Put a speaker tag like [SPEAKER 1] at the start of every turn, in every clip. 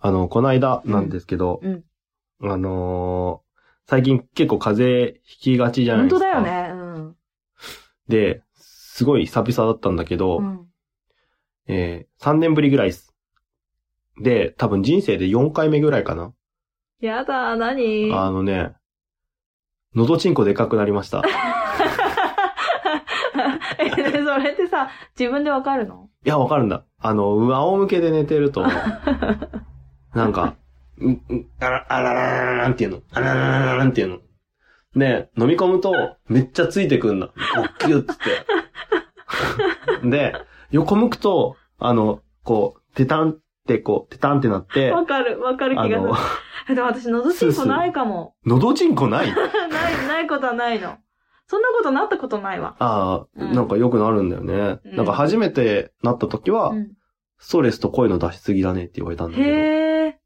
[SPEAKER 1] この間なんですけど、
[SPEAKER 2] うん。
[SPEAKER 1] あのー最近結構風邪ひきがちじゃない
[SPEAKER 2] 本
[SPEAKER 1] です
[SPEAKER 2] 当
[SPEAKER 1] か。
[SPEAKER 2] だよ。ね。うん。
[SPEAKER 1] で、すごい久々だったんだけど、
[SPEAKER 2] うん。
[SPEAKER 1] えー、3年ぶりぐらいです。で、多分人生で4回目ぐらいかな。
[SPEAKER 2] やだ、何
[SPEAKER 1] あのね、喉チンコでかくなりました。い
[SPEAKER 2] え、でそれってさ、自分でわかるの
[SPEAKER 1] や、わかるんだ。あの、う仰向けで寝てると、なんか、う、う、あら、あらららららんっていうの。あらららららんっていうの。で、飲み込むと、めっちゃついてくんだ。おっきゅっつって。で、横向くと、あの、こう、てたんって、こう、てたんってなって、
[SPEAKER 2] わかる、わかる
[SPEAKER 1] あ
[SPEAKER 2] 気
[SPEAKER 1] の
[SPEAKER 2] が、す る。でも私、のどちんこないかも。
[SPEAKER 1] 喉チンコない
[SPEAKER 2] ない、ないことはないの。そんなことなったことないわ。
[SPEAKER 1] ああ、
[SPEAKER 2] うん
[SPEAKER 1] なんか良くなるんだよね。
[SPEAKER 2] うん
[SPEAKER 1] なんか初めてなった時は、
[SPEAKER 2] うん、
[SPEAKER 1] ストレスと声の出しすぎだねって言われたんだけど。
[SPEAKER 2] へえ。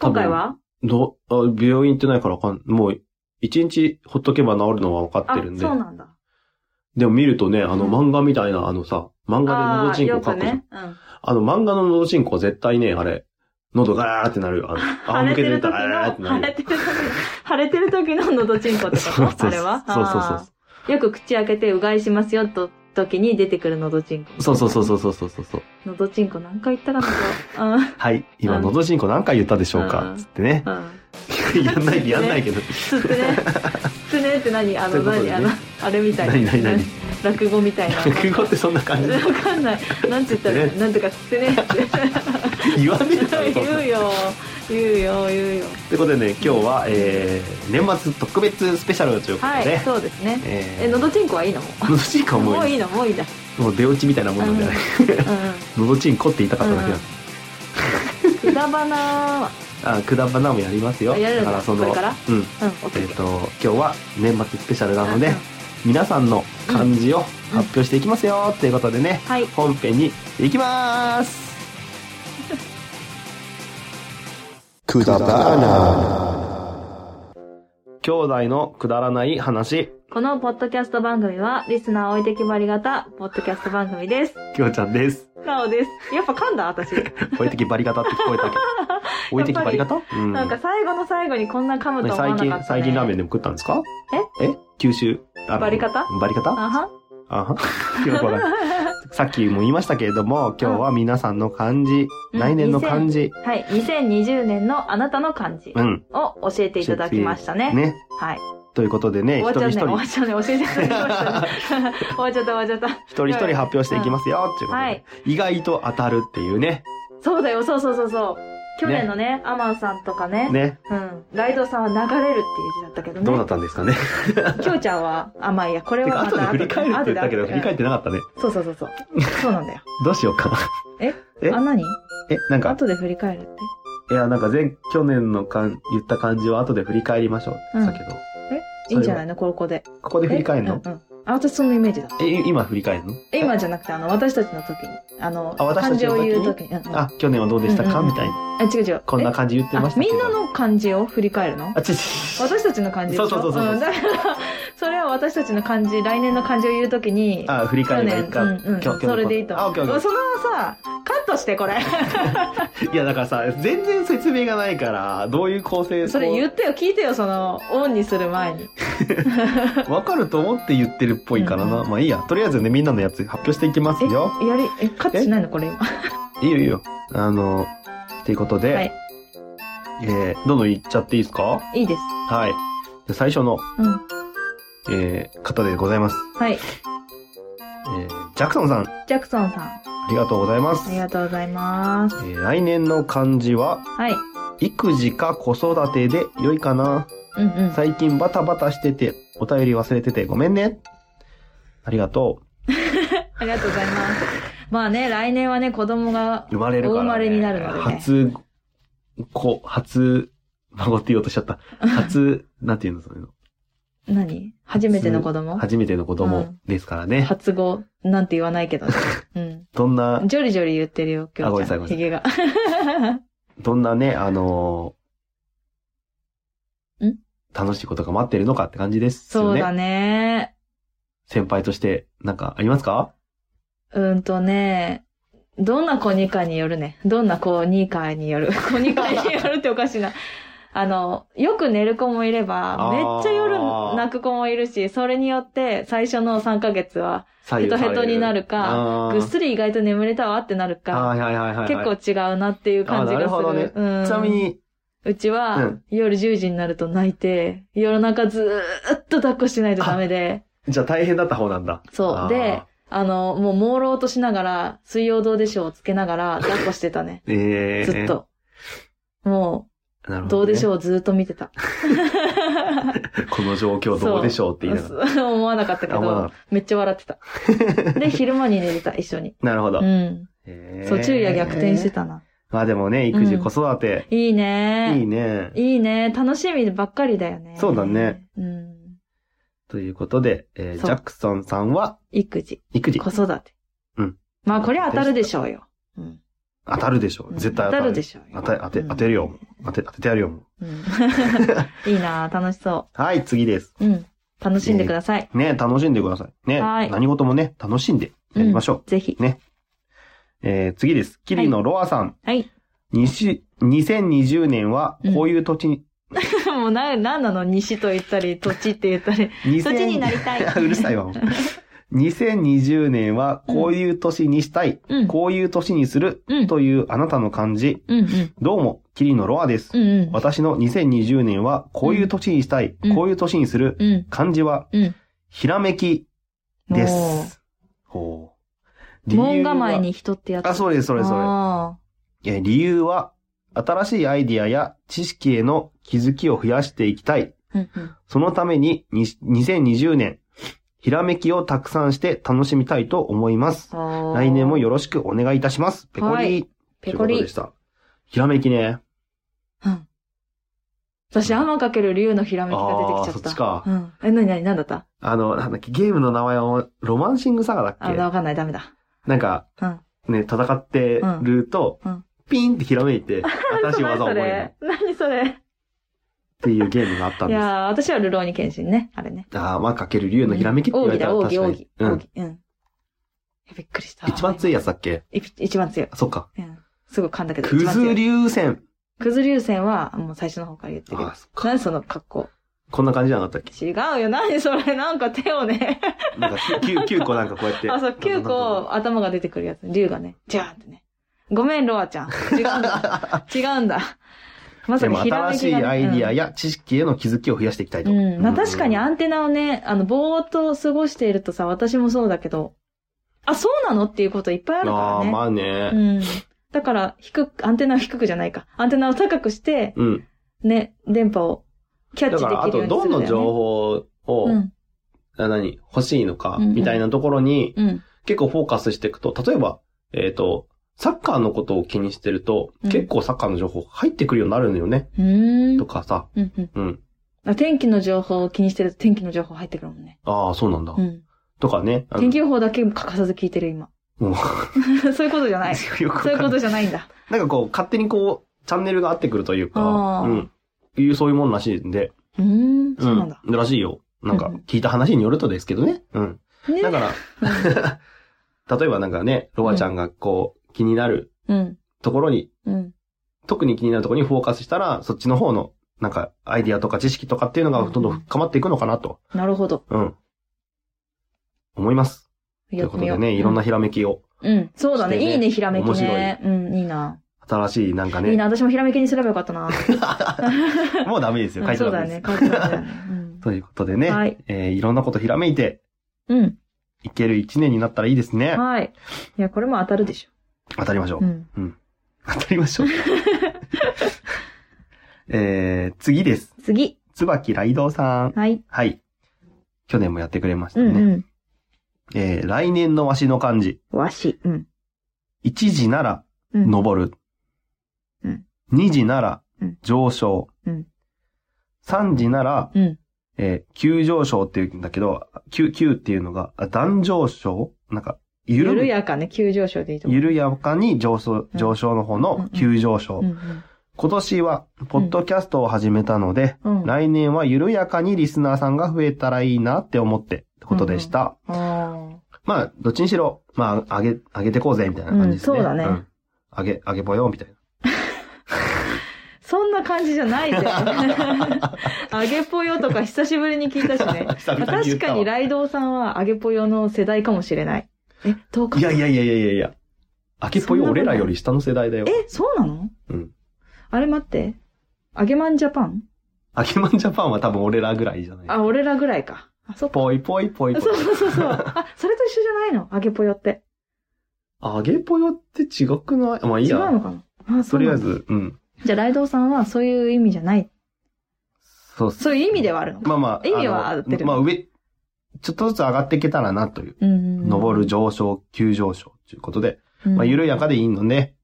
[SPEAKER 1] 多
[SPEAKER 2] 今
[SPEAKER 1] 分
[SPEAKER 2] 回は
[SPEAKER 1] どあ病院行ってないからわかん、もう、一日ほっとけば治るのは分かっ
[SPEAKER 2] あ、
[SPEAKER 1] て
[SPEAKER 2] そ
[SPEAKER 1] る
[SPEAKER 2] うん
[SPEAKER 1] で。
[SPEAKER 2] なんだ。
[SPEAKER 1] でも見るとね、あの
[SPEAKER 2] うん
[SPEAKER 1] 漫画みたいな、あのさ、漫画で
[SPEAKER 2] あ
[SPEAKER 1] 喉
[SPEAKER 2] あ
[SPEAKER 1] チ
[SPEAKER 2] ー、
[SPEAKER 1] ンコ
[SPEAKER 2] よ
[SPEAKER 1] 書
[SPEAKER 2] く
[SPEAKER 1] くじゃん。
[SPEAKER 2] ね。うん。
[SPEAKER 1] あの漫画の喉チンコは絶対ね、あれ、喉ガーってなるよ。あの、
[SPEAKER 2] 腫れてる
[SPEAKER 1] た
[SPEAKER 2] 時
[SPEAKER 1] らガーって
[SPEAKER 2] の、
[SPEAKER 1] な
[SPEAKER 2] 腫
[SPEAKER 1] る
[SPEAKER 2] れ
[SPEAKER 1] よ。
[SPEAKER 2] てる時、腫れてる時ののどちんこって
[SPEAKER 1] そう
[SPEAKER 2] こ
[SPEAKER 1] そ
[SPEAKER 2] と
[SPEAKER 1] う
[SPEAKER 2] あれは
[SPEAKER 1] そうそうそう
[SPEAKER 2] あーよく口開けてうがいしますよと、時に出てくるのどちんこ。
[SPEAKER 1] そうそうそうそうそうそうそうそう。
[SPEAKER 2] のどちんこ何回言ったかなと。
[SPEAKER 1] はい、今
[SPEAKER 2] うん
[SPEAKER 1] 喉チンコ何回言ったでしょう
[SPEAKER 2] う
[SPEAKER 1] か
[SPEAKER 2] ん
[SPEAKER 1] つってね。
[SPEAKER 2] うん。うん。
[SPEAKER 1] やんない、やんないけど。
[SPEAKER 2] つってね。つねっ て何あ
[SPEAKER 1] とい
[SPEAKER 2] の、
[SPEAKER 1] うことで
[SPEAKER 2] 何
[SPEAKER 1] ね
[SPEAKER 2] あの、あれみたいな。
[SPEAKER 1] 何何何
[SPEAKER 2] 落語みたいな。
[SPEAKER 1] 落語ってそんな感じ
[SPEAKER 2] わかんない。なんて言ったらいいの、なんとかつって ねって。
[SPEAKER 1] 言わねえだろそんな
[SPEAKER 2] 言うよ。言うよ、言うよ。
[SPEAKER 1] ということでね、今日は、えー、年末特別スペシャルということ
[SPEAKER 2] はい、
[SPEAKER 1] で、
[SPEAKER 2] そうですね。
[SPEAKER 1] えー
[SPEAKER 2] え、のどちんこはいいのも
[SPEAKER 1] 喉チンコ
[SPEAKER 2] う
[SPEAKER 1] はも
[SPEAKER 2] も
[SPEAKER 1] う
[SPEAKER 2] う
[SPEAKER 1] い
[SPEAKER 2] いいの、もういいだ。
[SPEAKER 1] いもう出落ちみたいなもんなんじゃない、
[SPEAKER 2] う
[SPEAKER 1] 喉チンコって言いたかっただけだ、
[SPEAKER 2] ん。くだばなは、
[SPEAKER 1] あくだばなもやりますよ
[SPEAKER 2] あやる
[SPEAKER 1] だ
[SPEAKER 2] んだ
[SPEAKER 1] からその
[SPEAKER 2] これから
[SPEAKER 1] うん
[SPEAKER 2] う
[SPEAKER 1] え
[SPEAKER 2] ん、
[SPEAKER 1] っ、
[SPEAKER 2] OK。
[SPEAKER 1] と今日は年末スペシャルなの
[SPEAKER 2] う
[SPEAKER 1] で
[SPEAKER 2] ん
[SPEAKER 1] 皆さんの漢字を
[SPEAKER 2] うん
[SPEAKER 1] 発表していきますよということでね、
[SPEAKER 2] はい。
[SPEAKER 1] 本編に行きます
[SPEAKER 3] くだばな。
[SPEAKER 1] 兄弟のくだらない話
[SPEAKER 2] このポッドキャスト番組は、リスナー置いてきぼり型、ポッドキャスト番組です。
[SPEAKER 1] きょうちゃん です
[SPEAKER 2] なおです。やっぱ噛んだ、私。
[SPEAKER 1] 置いてきバリ方って聞こえたけど置いてきバリ方うん
[SPEAKER 2] なんか最後の最後にこんな噛むと思わ
[SPEAKER 1] 最
[SPEAKER 2] なかった、ね
[SPEAKER 1] 近。最近ラーメンでも食ったんですかええ九州あの
[SPEAKER 2] バリ方
[SPEAKER 1] バリ方
[SPEAKER 2] あは。
[SPEAKER 1] あは よくわかんないさっきも言いましたけれども今日は皆さんの漢字、
[SPEAKER 2] うん
[SPEAKER 1] 来年の漢字
[SPEAKER 2] はい。2020年のあなたの漢字
[SPEAKER 1] うん
[SPEAKER 2] を教えていただきましたね。
[SPEAKER 1] ね
[SPEAKER 2] はい。
[SPEAKER 1] ということでね一
[SPEAKER 2] 終
[SPEAKER 1] 人
[SPEAKER 2] わっ
[SPEAKER 1] 一
[SPEAKER 2] ちゃうね。終
[SPEAKER 1] 人
[SPEAKER 2] わっちゃうね。教えていただきまし たね。終わっちゃった、終わっちゃっ
[SPEAKER 1] 一人一人発表していきますよ、っていうこと
[SPEAKER 2] た。
[SPEAKER 1] で、
[SPEAKER 2] はい。
[SPEAKER 1] 意外と当たるっていうね。
[SPEAKER 2] そうだよ、そうそうそうそう。去年のね、アマンさんとかね。
[SPEAKER 1] ね。
[SPEAKER 2] うん。ライドさんは流れるっていう字だったけどね。
[SPEAKER 1] どうだったんですかね。
[SPEAKER 2] きょうちゃんは、あ、まあいいや、これ
[SPEAKER 1] て
[SPEAKER 2] は
[SPEAKER 1] か 後で
[SPEAKER 2] また
[SPEAKER 1] 振り返るって言ったけど、
[SPEAKER 2] 後で
[SPEAKER 1] 振り返ってなかったね。
[SPEAKER 2] そうそうそうそう。そうなんだよ。
[SPEAKER 1] どうしようか。 え
[SPEAKER 2] あ、何
[SPEAKER 1] え、なんか、
[SPEAKER 2] 後で振り返るって。
[SPEAKER 1] いや、なんか前、去年のかん言った感じは後で振り返りましょうって言ってたけど、
[SPEAKER 2] いいんじゃないのここで。
[SPEAKER 1] ここで振り返る
[SPEAKER 2] え
[SPEAKER 1] の
[SPEAKER 2] うんうん。あ、私そのイメージだ。
[SPEAKER 1] えい今振り返るの
[SPEAKER 2] え今じゃなくて、あの、私たちの時に。あの、
[SPEAKER 1] あ私た
[SPEAKER 2] 漢
[SPEAKER 1] ち
[SPEAKER 2] 字
[SPEAKER 1] の
[SPEAKER 2] を
[SPEAKER 1] 時に
[SPEAKER 2] 言う時に。うんうん
[SPEAKER 1] あ、去年はどうでしたか、
[SPEAKER 2] うんうんうん
[SPEAKER 1] みたいな。
[SPEAKER 2] あ、違う違う。
[SPEAKER 1] こんな感じ言ってましたけ
[SPEAKER 2] えあ
[SPEAKER 1] ど。
[SPEAKER 2] みんなの漢字を振り返るの
[SPEAKER 1] あ、ちち
[SPEAKER 2] 私たちの漢字でしょ
[SPEAKER 1] そうそうそうそうん
[SPEAKER 2] だから、それは私たちの漢字、来年の漢字を言うときに、
[SPEAKER 1] あ、振り
[SPEAKER 2] 去
[SPEAKER 1] 返るのい
[SPEAKER 2] 年、
[SPEAKER 1] いか。
[SPEAKER 2] うんうん、
[SPEAKER 1] 今日
[SPEAKER 2] それでいいと
[SPEAKER 1] あ、オッ
[SPEAKER 2] 思
[SPEAKER 1] ケーオッケー
[SPEAKER 2] う。そのさ、カットしてこれ。
[SPEAKER 1] いや、だからさ、全然説明がないから、どういう構成
[SPEAKER 2] それ言ってよ、聞いてよ、その、オンにする前に。
[SPEAKER 1] わかると思って言ってるっぽいからな。
[SPEAKER 2] う
[SPEAKER 1] まあいいや。とりあえずね、みんなのやつ発表していきますよ。
[SPEAKER 2] やり、え、カットしないのこれ今。
[SPEAKER 1] いいよいいよ。あの、ということで、
[SPEAKER 2] はい
[SPEAKER 1] えー、どんどん言っちゃっていいですか
[SPEAKER 2] いいです。
[SPEAKER 1] はい。じゃあ最初の、
[SPEAKER 2] うん。
[SPEAKER 1] えー、方でございます。
[SPEAKER 2] はい。
[SPEAKER 1] えー、ジャクソンさん、あ
[SPEAKER 2] ジャクソンさん、あ
[SPEAKER 1] りがとうございます。
[SPEAKER 2] り
[SPEAKER 1] え
[SPEAKER 2] がとうございます。
[SPEAKER 1] ー、来年の漢字は、
[SPEAKER 2] はい。
[SPEAKER 1] 育児か子育てで良いかな。
[SPEAKER 2] うんうん。
[SPEAKER 1] 最近バタバタしてて、お便り忘れててごめんね。ありがとう。
[SPEAKER 2] ありがとうございます。まあね、来年はね、子供が、
[SPEAKER 1] 生まれるから、ね。
[SPEAKER 2] お生まれになるのでね
[SPEAKER 1] 初、子、初、孫って言おうとしちゃった。初、なんて言うのそういうの。
[SPEAKER 2] 何初めての子供
[SPEAKER 1] 初めての子
[SPEAKER 2] う
[SPEAKER 1] 供
[SPEAKER 2] ん
[SPEAKER 1] ですからね。
[SPEAKER 2] 初語なんて言わないけどね。 うん。
[SPEAKER 1] どんな、
[SPEAKER 2] ジョリジョリ言ってるよ、今
[SPEAKER 1] あごめん
[SPEAKER 2] 日
[SPEAKER 1] な
[SPEAKER 2] ち
[SPEAKER 1] さいご
[SPEAKER 2] ゃん。
[SPEAKER 1] めんなさい
[SPEAKER 2] ヒゲが。
[SPEAKER 1] どんなね、あのー
[SPEAKER 2] ん
[SPEAKER 1] 楽しいことが待ってるのかって感じです
[SPEAKER 2] そ
[SPEAKER 1] よ
[SPEAKER 2] う
[SPEAKER 1] ね。
[SPEAKER 2] だね。
[SPEAKER 1] 先輩として、なんかありますか
[SPEAKER 2] うーんとね、どんな子にかによるね。どんな子にかによる。 子にかによるっておかしいな。あの、よく寝る子もいれば、
[SPEAKER 1] あ
[SPEAKER 2] めっ
[SPEAKER 1] ー
[SPEAKER 2] ちゃ夜泣く子もいるし、それによって最初の3ヶ月は、
[SPEAKER 1] 左右される
[SPEAKER 2] ヘトヘトになるか
[SPEAKER 1] あー
[SPEAKER 2] ぐっすり意外と眠れたわってなる
[SPEAKER 1] あ
[SPEAKER 2] か、
[SPEAKER 1] ーはいはいはい、はい。
[SPEAKER 2] 結構違うなっていう感じがする。
[SPEAKER 1] あーなるほどね
[SPEAKER 2] うん
[SPEAKER 1] ちなみに、
[SPEAKER 2] うちは、
[SPEAKER 1] うん
[SPEAKER 2] 夜10時になると泣いて、夜中ずーっと抱っこしないとダメで、
[SPEAKER 1] じゃあ大変だった方なんだ。
[SPEAKER 2] そ
[SPEAKER 1] あー。
[SPEAKER 2] う。で、、あの、もう朦朧としながら、水曜どうでしょうをつけながら抱っこしてたね
[SPEAKER 1] ええ
[SPEAKER 2] ずっ。と。も
[SPEAKER 1] なる
[SPEAKER 2] う、
[SPEAKER 1] ほ
[SPEAKER 2] ど
[SPEAKER 1] ど
[SPEAKER 2] う
[SPEAKER 1] ね、
[SPEAKER 2] でしょうをずーっと見てた。
[SPEAKER 1] この状況どうでしょうって言いながら。
[SPEAKER 2] そう 思わなかったけ
[SPEAKER 1] あ思わな
[SPEAKER 2] ど
[SPEAKER 1] か、
[SPEAKER 2] めっちゃ笑ってた。で、昼間に寝てた、一緒に。
[SPEAKER 1] なるほど。
[SPEAKER 2] うん。
[SPEAKER 1] へー
[SPEAKER 2] そう、昼夜逆転して。たな。
[SPEAKER 1] まあでもね、育児
[SPEAKER 2] うん
[SPEAKER 1] 子育て、
[SPEAKER 2] いいね
[SPEAKER 1] いいね。
[SPEAKER 2] いいね楽しみばっかりだよね。
[SPEAKER 1] そうだね。
[SPEAKER 2] うん。
[SPEAKER 1] ということで、えー
[SPEAKER 2] そう
[SPEAKER 1] ジャクソンさんは
[SPEAKER 2] 育児、
[SPEAKER 1] 育児
[SPEAKER 2] 子育て。
[SPEAKER 1] うん。
[SPEAKER 2] まあ、これは当たるでしょうよ。うん。
[SPEAKER 1] 当たるでしょう。絶対当
[SPEAKER 2] 当た
[SPEAKER 1] た
[SPEAKER 2] る
[SPEAKER 1] る。
[SPEAKER 2] でしょうよ。
[SPEAKER 1] 当て、当て、
[SPEAKER 2] うん
[SPEAKER 1] 当てるよ。当て、当ててやるよ。もう
[SPEAKER 2] うん いいなあ楽しそ
[SPEAKER 1] はい、次です。
[SPEAKER 2] う。うん。楽しんでください。
[SPEAKER 1] ね、楽しんでください。ね、
[SPEAKER 2] はい
[SPEAKER 1] 何事もね、楽しんでやりましょ
[SPEAKER 2] ぜひ。
[SPEAKER 1] う。えー次です。キリのロアさん。
[SPEAKER 2] はい。
[SPEAKER 1] にし2020年は、こういう土地に、
[SPEAKER 2] もうな、なんなの西と言ったり、土地って言った り。
[SPEAKER 1] 2000
[SPEAKER 2] 土地になりたい
[SPEAKER 1] 。うるさいわ。もう2020年は、こういう年にしたい。
[SPEAKER 2] うん。
[SPEAKER 1] こういう年にする。
[SPEAKER 2] うん。
[SPEAKER 1] というあなたの感じ。
[SPEAKER 2] うんうん。
[SPEAKER 1] どうも、キリのロアです。
[SPEAKER 2] うんうん。
[SPEAKER 1] 私の2020年は、こういう年にしたい。
[SPEAKER 2] うん
[SPEAKER 1] こういう年にする。
[SPEAKER 2] うん。
[SPEAKER 1] 漢字は、
[SPEAKER 2] うん。
[SPEAKER 1] ひらめきで
[SPEAKER 2] おー
[SPEAKER 1] す。ほう。理由は
[SPEAKER 2] 門構えに人ってやつ。
[SPEAKER 1] あ、そうです、そうれそれ。
[SPEAKER 2] あ
[SPEAKER 1] えー理由は、新しいアイディアや知識への気づきを増やしていきたい。
[SPEAKER 2] ーうんうん。
[SPEAKER 1] そのためにに2020年、ひらめきをたくさんして楽しみたいと思います。
[SPEAKER 2] あー
[SPEAKER 1] 来年もよろしくお願いいたします。ペコリー。
[SPEAKER 2] はい
[SPEAKER 1] と
[SPEAKER 2] ペコ
[SPEAKER 1] いうこと
[SPEAKER 2] リ
[SPEAKER 1] でし。た。ひらめきね。
[SPEAKER 2] うん。私、天かける竜のひらめきが出てきちゃった。
[SPEAKER 1] あーそっちか
[SPEAKER 2] うん。え、なになになんだった
[SPEAKER 1] あの、なんだっけ、ゲームの名前はロマンシングサガだっ
[SPEAKER 2] あ、
[SPEAKER 1] け
[SPEAKER 2] わかんない、ダメだ。
[SPEAKER 1] なんか、
[SPEAKER 2] うん。
[SPEAKER 1] ね、戦ってると、
[SPEAKER 2] うんうん
[SPEAKER 1] ピンってひらめい て、新しい技を
[SPEAKER 2] 何そ
[SPEAKER 1] 覚える
[SPEAKER 2] れ何それ
[SPEAKER 1] っていうゲームがあったん
[SPEAKER 2] い
[SPEAKER 1] です。
[SPEAKER 2] やー私はルローニケンシンね、あれね。
[SPEAKER 1] ああ、まあ、かける竜のひらめきって言われたら
[SPEAKER 2] 奥
[SPEAKER 1] 確
[SPEAKER 2] 義だ、
[SPEAKER 1] か
[SPEAKER 2] 奥
[SPEAKER 1] に、。
[SPEAKER 2] 義奥
[SPEAKER 1] う
[SPEAKER 2] 義、
[SPEAKER 1] ん
[SPEAKER 2] 奥義。うん。いやびっくりした。
[SPEAKER 1] 一番強いやつだっけ
[SPEAKER 2] い。一番強い。
[SPEAKER 1] そっか。
[SPEAKER 2] うん。すごい噛んだけど、
[SPEAKER 1] ク
[SPEAKER 2] 一番強
[SPEAKER 1] ズ
[SPEAKER 2] い。
[SPEAKER 1] 流線。
[SPEAKER 2] クズ流線は、もう最初の方から言ってるよ
[SPEAKER 1] あ。そっか
[SPEAKER 2] 何その格好。
[SPEAKER 1] こんな感じじゃなかったっけ
[SPEAKER 2] 違うよ、何それ、なんか手をね。
[SPEAKER 1] なんか9、九 個なんかこうやって。
[SPEAKER 2] あ、そう、9個頭が出てくるやつ。竜がね、ジャーンってね。ごめん、ロアちゃん。違うん だ。違うんだ。まさ
[SPEAKER 1] で
[SPEAKER 2] に
[SPEAKER 1] も
[SPEAKER 2] ひらめ
[SPEAKER 1] 新し
[SPEAKER 2] き
[SPEAKER 1] い
[SPEAKER 2] がね、
[SPEAKER 1] アイディアや知識への気づきを増やしていきたいと。
[SPEAKER 2] うん。まあ確かにア
[SPEAKER 1] ん。
[SPEAKER 2] ンテナをね、あの、ぼーっと過ごしているとさ、私もそうだけど、あ、そうなのっていうこといっぱいある
[SPEAKER 1] あ
[SPEAKER 2] か
[SPEAKER 1] あ、
[SPEAKER 2] らね。
[SPEAKER 1] まあ
[SPEAKER 2] う
[SPEAKER 1] ね。
[SPEAKER 2] ん。だから、低く、アンテナを低くじゃないか。アンテナを高くして、
[SPEAKER 1] うん。
[SPEAKER 2] ね、電波をキャッ
[SPEAKER 1] だ
[SPEAKER 2] チ
[SPEAKER 1] か
[SPEAKER 2] で
[SPEAKER 1] ら、
[SPEAKER 2] き
[SPEAKER 1] あ
[SPEAKER 2] るよう
[SPEAKER 1] と、
[SPEAKER 2] に
[SPEAKER 1] ど
[SPEAKER 2] するんだよ、ね。
[SPEAKER 1] の情報を、
[SPEAKER 2] うん。
[SPEAKER 1] あ何、欲しいのか、
[SPEAKER 2] うんうん
[SPEAKER 1] みたいなところに、
[SPEAKER 2] うん。
[SPEAKER 1] 結構フォーカスしていくと、例えば、えっ、と、サッカーのことを気にしてると、
[SPEAKER 2] うん
[SPEAKER 1] 結構サッカーの情報入ってくるようになるのよね。
[SPEAKER 2] うーん
[SPEAKER 1] と。かさ、
[SPEAKER 2] うんうん
[SPEAKER 1] うん。
[SPEAKER 2] あ天気の情報を気にしてると天気の情報入ってくるもんね。
[SPEAKER 1] ああ、そうなんだ。
[SPEAKER 2] うん。
[SPEAKER 1] とかね。あの
[SPEAKER 2] 天気予報だけ欠かさず聞いてる今。
[SPEAKER 1] うん
[SPEAKER 2] そういうことじ ゃない。そ
[SPEAKER 1] よくわかん
[SPEAKER 2] う
[SPEAKER 1] ない
[SPEAKER 2] いうことじゃないんだ。
[SPEAKER 1] なんかこう、勝手にこう、チャンネルが合ってくるというか、
[SPEAKER 2] あー
[SPEAKER 1] うん。いう、そういうもんらしいんで。
[SPEAKER 2] うーん、そうなんだ。
[SPEAKER 1] うん。らしいよ。なんか
[SPEAKER 2] うんうん、
[SPEAKER 1] 聞いた話によるとですけどね。うん。
[SPEAKER 2] ね
[SPEAKER 1] だから、 例えばなんかね、ロアちゃんがこう、気になる
[SPEAKER 2] うん。
[SPEAKER 1] ところに、
[SPEAKER 2] うん。
[SPEAKER 1] 特に気になるところにフォーカスしたら、そっちの方の、なんか、アイディアとか知識とかっていうのがどんどん深まっていくのかなと。
[SPEAKER 2] なるほど。
[SPEAKER 1] うん。思います。とい
[SPEAKER 2] や
[SPEAKER 1] う
[SPEAKER 2] って
[SPEAKER 1] こと
[SPEAKER 2] みよ
[SPEAKER 1] で
[SPEAKER 2] う。
[SPEAKER 1] ね、いろんなひらめきを、
[SPEAKER 2] うん。うん。そうだね。
[SPEAKER 1] してね
[SPEAKER 2] いいね、ひらめき
[SPEAKER 1] 面
[SPEAKER 2] ね。うん、いいな。
[SPEAKER 1] 新しいなんか
[SPEAKER 2] いい
[SPEAKER 1] ね、
[SPEAKER 2] な。私もひらめきにすればよかったな。
[SPEAKER 1] もうダメですよ、
[SPEAKER 2] う
[SPEAKER 1] 書
[SPEAKER 2] ん
[SPEAKER 1] いて
[SPEAKER 2] そう
[SPEAKER 1] ダ
[SPEAKER 2] だ
[SPEAKER 1] メ
[SPEAKER 2] ね
[SPEAKER 1] で。
[SPEAKER 2] 書いてあるねうん
[SPEAKER 1] す。ということでね、
[SPEAKER 2] はい
[SPEAKER 1] えーいろんなことひらめいて
[SPEAKER 2] うん。
[SPEAKER 1] いける一年になったらいいですね。
[SPEAKER 2] はい。いや、これも当たるでし
[SPEAKER 1] 当たりましょう
[SPEAKER 2] ょ。う。ん。
[SPEAKER 1] 当たりまし ょう。えー、次です。
[SPEAKER 2] 次。
[SPEAKER 1] 椿雷道さん。
[SPEAKER 2] はい。
[SPEAKER 1] はい。去年もやってくれました
[SPEAKER 2] う
[SPEAKER 1] ね。
[SPEAKER 2] んうん。
[SPEAKER 1] えー、来年のわしの漢字。
[SPEAKER 2] わし。うん。
[SPEAKER 1] 1時なら、
[SPEAKER 2] うん。
[SPEAKER 1] 登る。
[SPEAKER 2] うん
[SPEAKER 1] 2時なら
[SPEAKER 2] うん、
[SPEAKER 1] 上昇。
[SPEAKER 2] うん
[SPEAKER 1] 3時なら、
[SPEAKER 2] うん。
[SPEAKER 1] えー、急上昇って言うんだけど、急、急っていうのが、あ段上昇なんか、緩
[SPEAKER 2] 緩
[SPEAKER 1] む
[SPEAKER 2] やかね。急上昇でいいと思う。
[SPEAKER 1] 緩やかに上昇、
[SPEAKER 2] うん
[SPEAKER 1] 上昇の方
[SPEAKER 2] うんう
[SPEAKER 1] の
[SPEAKER 2] ん
[SPEAKER 1] 急上昇。
[SPEAKER 2] うん
[SPEAKER 1] 今年は、ポッドキャストを始めたので、
[SPEAKER 2] うん。うん。
[SPEAKER 1] 来年は緩やかにリスナーさんが増えたらいいなって思って、ことでした。
[SPEAKER 2] ああ。
[SPEAKER 1] まあ、どっちにしろ、まあ、あげ、あげてこうぜ、みたいな感じですね。
[SPEAKER 2] うんそうだね
[SPEAKER 1] んあげ、あげぽよ、みたいな。
[SPEAKER 2] そんな感じじゃな いぜ。あげぽよとか久しぶりに聞いたし ね。
[SPEAKER 1] 久々
[SPEAKER 2] まあ
[SPEAKER 1] に言っ
[SPEAKER 2] 確
[SPEAKER 1] た
[SPEAKER 2] か
[SPEAKER 1] わ
[SPEAKER 2] にライドウさんはあげぽよの世代かもしれない。え、どうか
[SPEAKER 1] いやいやいやいやいやいや。あげぽよ、
[SPEAKER 2] そんなこと
[SPEAKER 1] 俺らより下の世代だよ。
[SPEAKER 2] え、そうなの
[SPEAKER 1] うん。
[SPEAKER 2] あれ待って。あげまんジャパン
[SPEAKER 1] あげまんジャパンは多分俺らぐらいじゃない。
[SPEAKER 2] あ、俺らぐらいか。あ、そっか。
[SPEAKER 1] ぽいぽいぽいぽい。
[SPEAKER 2] そうそうそうそう。あ、それと一緒じゃないのあげぽよって。
[SPEAKER 1] あげぽよって違くないまあいい
[SPEAKER 2] 違う
[SPEAKER 1] や。
[SPEAKER 2] のかなあ、そ
[SPEAKER 1] と
[SPEAKER 2] う
[SPEAKER 1] り
[SPEAKER 2] な
[SPEAKER 1] あえ
[SPEAKER 2] の
[SPEAKER 1] ず、うん。
[SPEAKER 2] じゃあ、ライドウさんはそういう意味じゃない。
[SPEAKER 1] そうっす
[SPEAKER 2] そういう意味ではあるのか。
[SPEAKER 1] まあまあ。
[SPEAKER 2] 意味は
[SPEAKER 1] あの
[SPEAKER 2] 合ってる
[SPEAKER 1] まあ上、ちょっとずつ上がっていけたらなという。
[SPEAKER 2] うん。
[SPEAKER 1] 上る上昇、急上昇ということで、
[SPEAKER 2] うん。
[SPEAKER 1] まあ緩やかでいいので、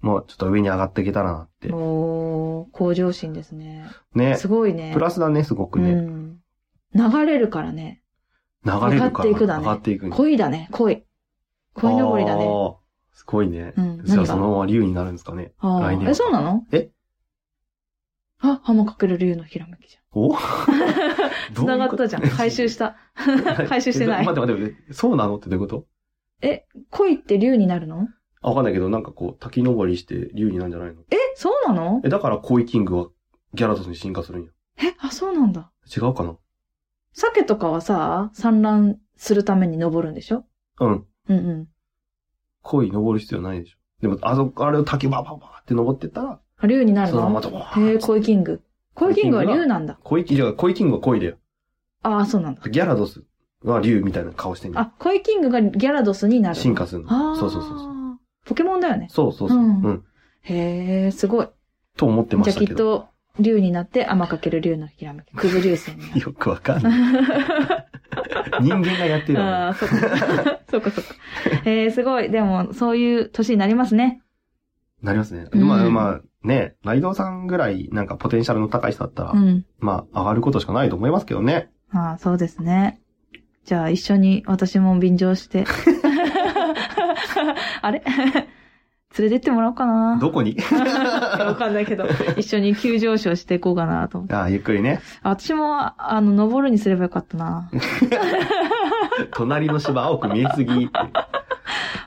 [SPEAKER 1] もうちょっと上に上がっていけたらなって。
[SPEAKER 2] おー、向上心ですね。
[SPEAKER 1] ね。
[SPEAKER 2] すごいね。
[SPEAKER 1] プラスだね、すごく
[SPEAKER 2] う
[SPEAKER 1] ね。
[SPEAKER 2] ん。流れるからね。
[SPEAKER 1] 流れるから。
[SPEAKER 2] 上がっていくだね
[SPEAKER 1] 上がっていくんだ
[SPEAKER 2] 恋だね、恋。恋のぼりだ
[SPEAKER 1] あ
[SPEAKER 2] ね。
[SPEAKER 1] ー。すごいね。
[SPEAKER 2] うん
[SPEAKER 1] じゃ
[SPEAKER 2] 何
[SPEAKER 1] あ
[SPEAKER 2] が
[SPEAKER 1] そのまま竜になるんですかね。
[SPEAKER 2] あ
[SPEAKER 1] 来
[SPEAKER 2] あ
[SPEAKER 1] 年
[SPEAKER 2] ー、え、そうなの
[SPEAKER 1] え
[SPEAKER 2] あ、浜かける竜のひらめきじ
[SPEAKER 1] お。
[SPEAKER 2] ゃん。繋がったじゃん。回収した た。回収してない
[SPEAKER 1] え待って待って待って。そうなのってどういうこと
[SPEAKER 2] 恋って竜になるの
[SPEAKER 1] あわかんないけど、なんかこう、滝登りして竜になるんじゃないの
[SPEAKER 2] え、そうなの
[SPEAKER 1] え、だから恋キングはギャラドスに進化するんや。
[SPEAKER 2] え、あ、そうなんだ。
[SPEAKER 1] 違うかな
[SPEAKER 2] 鮭とかはさ、産卵するために登るんでしょ
[SPEAKER 1] うん。
[SPEAKER 2] うんうん。
[SPEAKER 1] 恋登る必要ないでしょ。でも、あそこ、あれを滝バババって登ってったら、
[SPEAKER 2] あ竜になる
[SPEAKER 1] そのまま
[SPEAKER 2] の
[SPEAKER 1] とわ
[SPEAKER 2] へえ、
[SPEAKER 1] ーって。
[SPEAKER 2] 恋キング。恋キングは竜なんだ。
[SPEAKER 1] 恋キングは、恋キングは恋だよ。
[SPEAKER 2] ああ、そうなんだ。
[SPEAKER 1] ギャラドスは竜みたいな顔してんの。
[SPEAKER 2] あ、恋キングがギャラドスになる。
[SPEAKER 1] 進化する
[SPEAKER 2] あ
[SPEAKER 1] の。
[SPEAKER 2] あ。
[SPEAKER 1] そうそうそうそう。。
[SPEAKER 2] ポケモンだよね。
[SPEAKER 1] そうそうそう。う
[SPEAKER 2] うん
[SPEAKER 1] ん。
[SPEAKER 2] へえ、すごい。
[SPEAKER 1] と思ってま
[SPEAKER 2] じゃ
[SPEAKER 1] し
[SPEAKER 2] あ
[SPEAKER 1] た
[SPEAKER 2] き
[SPEAKER 1] け
[SPEAKER 2] っ
[SPEAKER 1] ど。
[SPEAKER 2] と、竜になって、天かける竜のひらめき。くず竜星になる。
[SPEAKER 1] よくわかんない。 人間がやってるよね
[SPEAKER 2] ああ、そっか。そっかそ っか。えー、すごい。でも、そういう年になりますね。
[SPEAKER 1] なりますね。
[SPEAKER 2] うん
[SPEAKER 1] まあまあ、ね、ライドウさんぐらい、なんかポテンシャルの高い人だったら
[SPEAKER 2] う、ん。
[SPEAKER 1] まあ、上がることしかないと思いますけどね。
[SPEAKER 2] ああ、そうですね。じゃあ、一緒に私も便乗して。 あれ 連れてってもらおうかな。
[SPEAKER 1] どこに
[SPEAKER 2] わかんないけど、一緒に急上昇していこうかなと思って。
[SPEAKER 1] ああ、ゆっくりね。
[SPEAKER 2] あ私も、あの、登るにすればよかっ たな。
[SPEAKER 1] 隣の芝青く見えすぎって。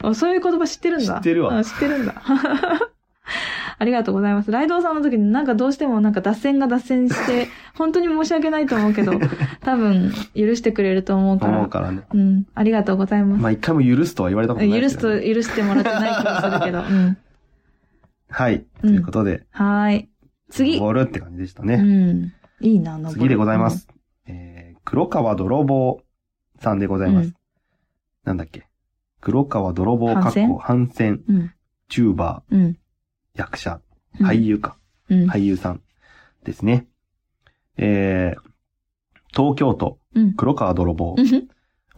[SPEAKER 2] あそういう言葉知ってるんだ。
[SPEAKER 1] 知ってるわ
[SPEAKER 2] あ知ってるんだ。 ありがとうございます。ライドウさんの時になんかどうしてもなんか脱線が脱 線して、本当に申し訳ないと思うけど、多分許してくれると思うか
[SPEAKER 1] 思
[SPEAKER 2] ら
[SPEAKER 1] う。からね。
[SPEAKER 2] うん。ありがとうございます。
[SPEAKER 1] まあ、一回も許すとは言われたことない
[SPEAKER 2] 許
[SPEAKER 1] ですすけど
[SPEAKER 2] と、
[SPEAKER 1] ね、
[SPEAKER 2] 許してもらってない気 がするけど。うん。
[SPEAKER 1] はい。ということで、
[SPEAKER 2] はーい。次。
[SPEAKER 1] 終
[SPEAKER 2] う
[SPEAKER 1] わるって感じでしたね。
[SPEAKER 2] ん。いいな、登る
[SPEAKER 1] 次でございま。す。えー、黒川泥棒さんでございます。
[SPEAKER 2] うん
[SPEAKER 1] なんだっけ。黒川泥棒か
[SPEAKER 2] 反
[SPEAKER 1] っこ、
[SPEAKER 2] 戦
[SPEAKER 1] 反戦、
[SPEAKER 2] うん。
[SPEAKER 1] チューバ
[SPEAKER 2] うん。
[SPEAKER 1] ー、役者、
[SPEAKER 2] うん
[SPEAKER 1] 俳。優か、
[SPEAKER 2] うん。
[SPEAKER 1] 俳優さんですね。えー、東京都、
[SPEAKER 2] うん。
[SPEAKER 1] 黒川泥棒
[SPEAKER 2] う、ん。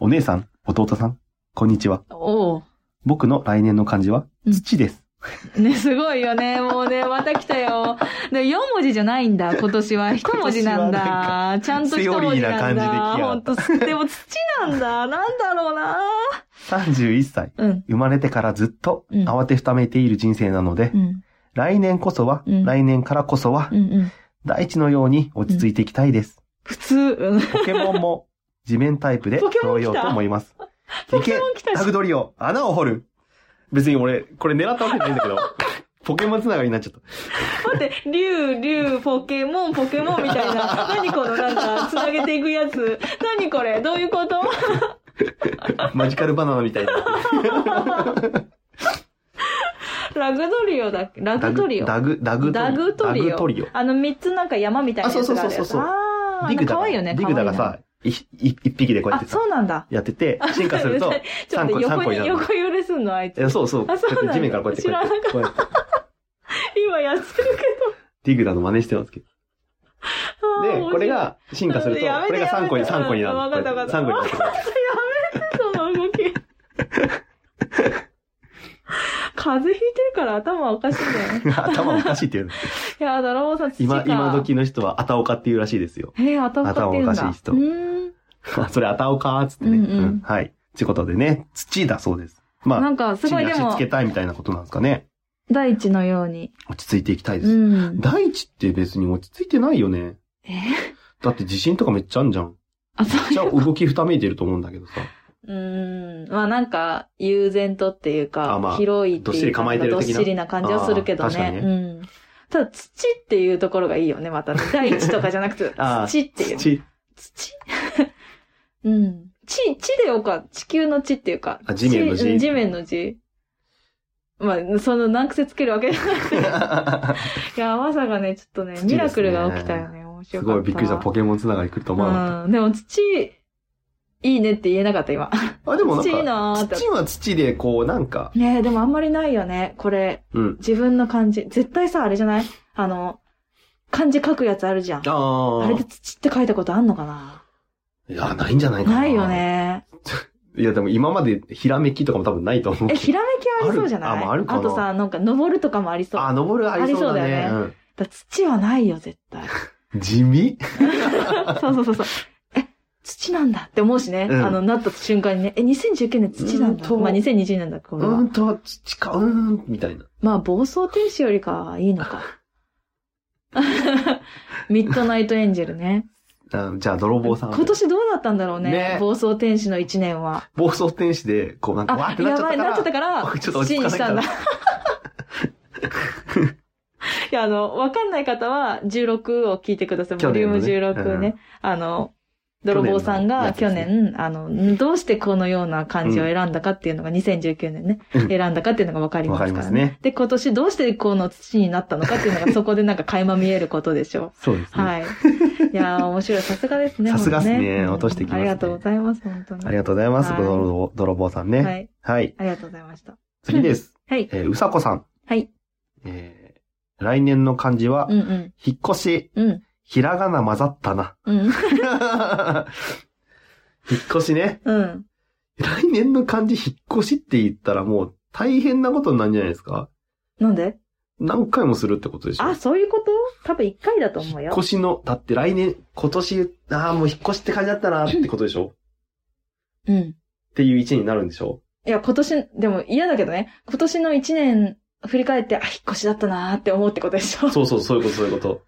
[SPEAKER 1] お姉さん、弟さん、こんにちは。
[SPEAKER 2] おう。
[SPEAKER 1] 僕の来年の漢字は、
[SPEAKER 2] うん
[SPEAKER 1] 土です。
[SPEAKER 2] ね、すごいよね。もうね、また来たよ。で、4文字じゃないんだ、今年 は。1文字なん
[SPEAKER 1] 今年は
[SPEAKER 2] だ。ちゃんと1文字なん
[SPEAKER 1] セオリーな感
[SPEAKER 2] だ。
[SPEAKER 1] じで来やが
[SPEAKER 2] ほ
[SPEAKER 1] っ
[SPEAKER 2] んと、でも土なんだ。なんだろうな。
[SPEAKER 1] 31歳。
[SPEAKER 2] うん。
[SPEAKER 1] 生まれてからずっと
[SPEAKER 2] うん
[SPEAKER 1] 慌てふためいている人生なので、
[SPEAKER 2] うん。
[SPEAKER 1] 来年こそは、
[SPEAKER 2] うん
[SPEAKER 1] 来年からこそは
[SPEAKER 2] う、んうん。
[SPEAKER 1] 大地のように落ち着いていきたいです。
[SPEAKER 2] 普通。うん。
[SPEAKER 1] ポケモンも地面タイプで
[SPEAKER 2] ポケモン
[SPEAKER 1] 揃えようと思います。いけ、
[SPEAKER 2] 来た
[SPEAKER 1] タ
[SPEAKER 2] し
[SPEAKER 1] グ。ドリオ、穴を掘る。別に俺、これ狙ったわけじゃないんだけ ど、ポケモンつながりになっちゃった。
[SPEAKER 2] 待って、竜、竜、ポケモン、ポケモンみたい な。何このなんか、つなげていくやつ。何これどうい うこと
[SPEAKER 1] マジカルバナナみたい な。
[SPEAKER 2] ラグドリオだっけラグトリオ。
[SPEAKER 1] ダグ、ダグ、
[SPEAKER 2] ダグトリオ。
[SPEAKER 1] ダグトリオ。
[SPEAKER 2] あの、三つなんか山みたいなやつがあるやつ。
[SPEAKER 1] あそうそうそうそうそう
[SPEAKER 2] あーあ
[SPEAKER 1] ビ
[SPEAKER 2] の
[SPEAKER 1] グダ
[SPEAKER 2] 可
[SPEAKER 1] が、
[SPEAKER 2] 愛いよね。
[SPEAKER 1] ビグダが
[SPEAKER 2] 可愛いな
[SPEAKER 1] さ、いい一匹でこうやっ
[SPEAKER 2] あ、
[SPEAKER 1] てさ
[SPEAKER 2] そうなんだ。
[SPEAKER 1] やってて、進化する と、
[SPEAKER 2] ちょ
[SPEAKER 1] 三
[SPEAKER 2] っ
[SPEAKER 1] 個
[SPEAKER 2] と
[SPEAKER 1] 三
[SPEAKER 2] 横
[SPEAKER 1] 個に
[SPEAKER 2] に、
[SPEAKER 1] なる
[SPEAKER 2] 横揺れすんの、あいつ。
[SPEAKER 1] えそうそう、こ
[SPEAKER 2] あそう
[SPEAKER 1] うやって地
[SPEAKER 2] なんだ
[SPEAKER 1] 面からこうやって、こうやってこうやって、
[SPEAKER 2] 今やってるけ
[SPEAKER 1] ディグダの真似してますけど。
[SPEAKER 2] ど。あ
[SPEAKER 1] で、
[SPEAKER 2] ー面白い
[SPEAKER 1] これ、が進化すると、こ
[SPEAKER 2] やめて
[SPEAKER 1] れが3個に、
[SPEAKER 2] やめて
[SPEAKER 1] 3個になる。
[SPEAKER 2] うんわかったわかった
[SPEAKER 1] 3個になって くる
[SPEAKER 2] その動き。風邪ひいてるから頭おかしいんだよ ね。
[SPEAKER 1] 頭おかしいっていうの。
[SPEAKER 2] いやー、ドラゴンさん土
[SPEAKER 1] 今
[SPEAKER 2] か、
[SPEAKER 1] 今。時の人は、あたおかっていうらしいですよ。
[SPEAKER 2] えー、頭おかって言うんだ。
[SPEAKER 1] 頭おかしい人
[SPEAKER 2] うーん。
[SPEAKER 1] あそれあたおかーっつってね。
[SPEAKER 2] うんうん
[SPEAKER 1] うんはい。ってことでね、土だそうです。
[SPEAKER 2] な
[SPEAKER 1] まあ、
[SPEAKER 2] んか、す
[SPEAKER 1] 地
[SPEAKER 2] ごい
[SPEAKER 1] に
[SPEAKER 2] で
[SPEAKER 1] 足
[SPEAKER 2] も
[SPEAKER 1] つ、けたいみたいなことなんですかね。
[SPEAKER 2] 大地のように。
[SPEAKER 1] 落ち着いていきたいで
[SPEAKER 2] う
[SPEAKER 1] す。
[SPEAKER 2] ん。
[SPEAKER 1] 大地って別に落ち着いてないよね。
[SPEAKER 2] えー
[SPEAKER 1] だって地震とかめっちゃあんじゃん。
[SPEAKER 2] あ、そ
[SPEAKER 1] めっちゃ
[SPEAKER 2] ういう。
[SPEAKER 1] 動きふためいてると思うんだけどさ。
[SPEAKER 2] うーん。まあなんか、悠然とっていうか、
[SPEAKER 1] あまあ
[SPEAKER 2] 広いっていうか
[SPEAKER 1] どっしり構えてる
[SPEAKER 2] どっ
[SPEAKER 1] 的な
[SPEAKER 2] しりな感じはするけど
[SPEAKER 1] あー確か
[SPEAKER 2] ね。
[SPEAKER 1] にね、
[SPEAKER 2] うん。ただ、土っていうところがいいよね、またね。第一とかじゃなくて
[SPEAKER 1] あー
[SPEAKER 2] 土っていう。
[SPEAKER 1] 土。
[SPEAKER 2] 土 うん。地、地でよか、地球の地っていうか。
[SPEAKER 1] あ地面の地
[SPEAKER 2] うん地面の地。まあ、その難癖つけるわけじゃない。 いや、まさかね、ちょっと
[SPEAKER 1] 土
[SPEAKER 2] ね、
[SPEAKER 1] ですね
[SPEAKER 2] ミラクルが起きたよね。面
[SPEAKER 1] す
[SPEAKER 2] 白かった。
[SPEAKER 1] ごいびっくりした。ポケモンつながり来ると思わなかっ
[SPEAKER 2] うん。でも土、いいねって言えなかった、今。
[SPEAKER 1] た。あ、でもなん
[SPEAKER 2] 土いいなー
[SPEAKER 1] か
[SPEAKER 2] っ、て
[SPEAKER 1] 土は土で、こう、なんか、
[SPEAKER 2] ねえ、でもあんまりないよね。これ、
[SPEAKER 1] うん。
[SPEAKER 2] 自分の漢字。絶対さ、あれじゃないあの、漢字書くやつあるじゃん。あ
[SPEAKER 1] あ
[SPEAKER 2] れで土って書いたことあんのかない
[SPEAKER 1] や、ないんじゃないかな。
[SPEAKER 2] ないよ。ね。
[SPEAKER 1] いや、でも今までひらめきとかも多分ないと思うけど。
[SPEAKER 2] え、ひらめきありそうじゃない
[SPEAKER 1] あるあまああるかな
[SPEAKER 2] とさ、なんか登るとかもありそう。
[SPEAKER 1] あ、登るありそうだね。
[SPEAKER 2] ありそうだだ土はないよ、絶対。
[SPEAKER 1] うん地味
[SPEAKER 2] そうそうそう そう。え、土なんだって思うしね。
[SPEAKER 1] うん
[SPEAKER 2] あの、なった瞬間にね。え、2019年土なん
[SPEAKER 1] うん
[SPEAKER 2] だ。
[SPEAKER 1] と
[SPEAKER 2] まあ、2020年だ、こ
[SPEAKER 1] う
[SPEAKER 2] れは。
[SPEAKER 1] ーんと、土か、うーん、みたいな。
[SPEAKER 2] まあ、暴走天使よりかはいい のか。ミッドナイトエンジェルね。
[SPEAKER 1] あじゃあ、泥棒さん。
[SPEAKER 2] 今年どうだったんだろうね。
[SPEAKER 1] ね
[SPEAKER 2] 暴走天使の1年は。
[SPEAKER 1] 暴走天使で、こう、なんか、わー
[SPEAKER 2] あ
[SPEAKER 1] っ、てなっ
[SPEAKER 2] や
[SPEAKER 1] ちゃっ
[SPEAKER 2] ば
[SPEAKER 1] た
[SPEAKER 2] い、
[SPEAKER 1] か
[SPEAKER 2] なっ
[SPEAKER 1] ら。
[SPEAKER 2] ちゃったから、
[SPEAKER 1] 僕ちょっと落ち
[SPEAKER 2] 土
[SPEAKER 1] 着
[SPEAKER 2] に
[SPEAKER 1] かな
[SPEAKER 2] し
[SPEAKER 1] い
[SPEAKER 2] た
[SPEAKER 1] か
[SPEAKER 2] んだ。
[SPEAKER 1] ら
[SPEAKER 2] い や、あの、わかんない方は、16を聞いてください。ボ
[SPEAKER 1] 去
[SPEAKER 2] リュー
[SPEAKER 1] 年のね
[SPEAKER 2] ム16ね。あの、泥棒さんが去
[SPEAKER 1] 去
[SPEAKER 2] 年
[SPEAKER 1] 年
[SPEAKER 2] あの、どうしてこのような漢字を選んだかっていうのが、2019年ね、
[SPEAKER 1] うん
[SPEAKER 2] 選んだかっていうのがわかりますから
[SPEAKER 1] わかりますね
[SPEAKER 2] で、今年どうしてこの土になったのかっていう のが、そこでなんか垣間見えることでしょう。
[SPEAKER 1] そうですね。
[SPEAKER 2] はい。いやー、面白い。さすがですね。
[SPEAKER 1] さすがっすね
[SPEAKER 2] 本当
[SPEAKER 1] 落としてきますね
[SPEAKER 2] ありがとうございます、本当に。
[SPEAKER 1] ありがとうございます、
[SPEAKER 2] はい
[SPEAKER 1] 泥棒泥棒さん
[SPEAKER 2] は
[SPEAKER 1] ね。
[SPEAKER 2] い。
[SPEAKER 1] はい。
[SPEAKER 2] ありがとうございました。
[SPEAKER 1] 次です。
[SPEAKER 2] はい。
[SPEAKER 1] えーうさこさん。
[SPEAKER 2] はい。
[SPEAKER 1] えー来年の漢字は
[SPEAKER 2] う、んうん。
[SPEAKER 1] 引っ越し、
[SPEAKER 2] うん。
[SPEAKER 1] ひらがな混ざったな。
[SPEAKER 2] うん。
[SPEAKER 1] 引っ越しね。
[SPEAKER 2] うん。
[SPEAKER 1] 来年の漢字引っ越しって言ったらもう大変なことになるんじゃないですか
[SPEAKER 2] なんで
[SPEAKER 1] 何回もするってことでしょ
[SPEAKER 2] あ、そういうこと多分一回だと思う
[SPEAKER 1] 引
[SPEAKER 2] よ
[SPEAKER 1] っ。越しの、だって来年、今年、ああ、もう引っ越しって感じだったなってことでしょ
[SPEAKER 2] うん。い
[SPEAKER 1] っていう一年になるんでしょ
[SPEAKER 2] や、今年、でも嫌だけどね。今年の一年振り返って、あ、引っ越しだったなーって思うってことでしょ。
[SPEAKER 1] そうそう、そういうこと、そういうこと。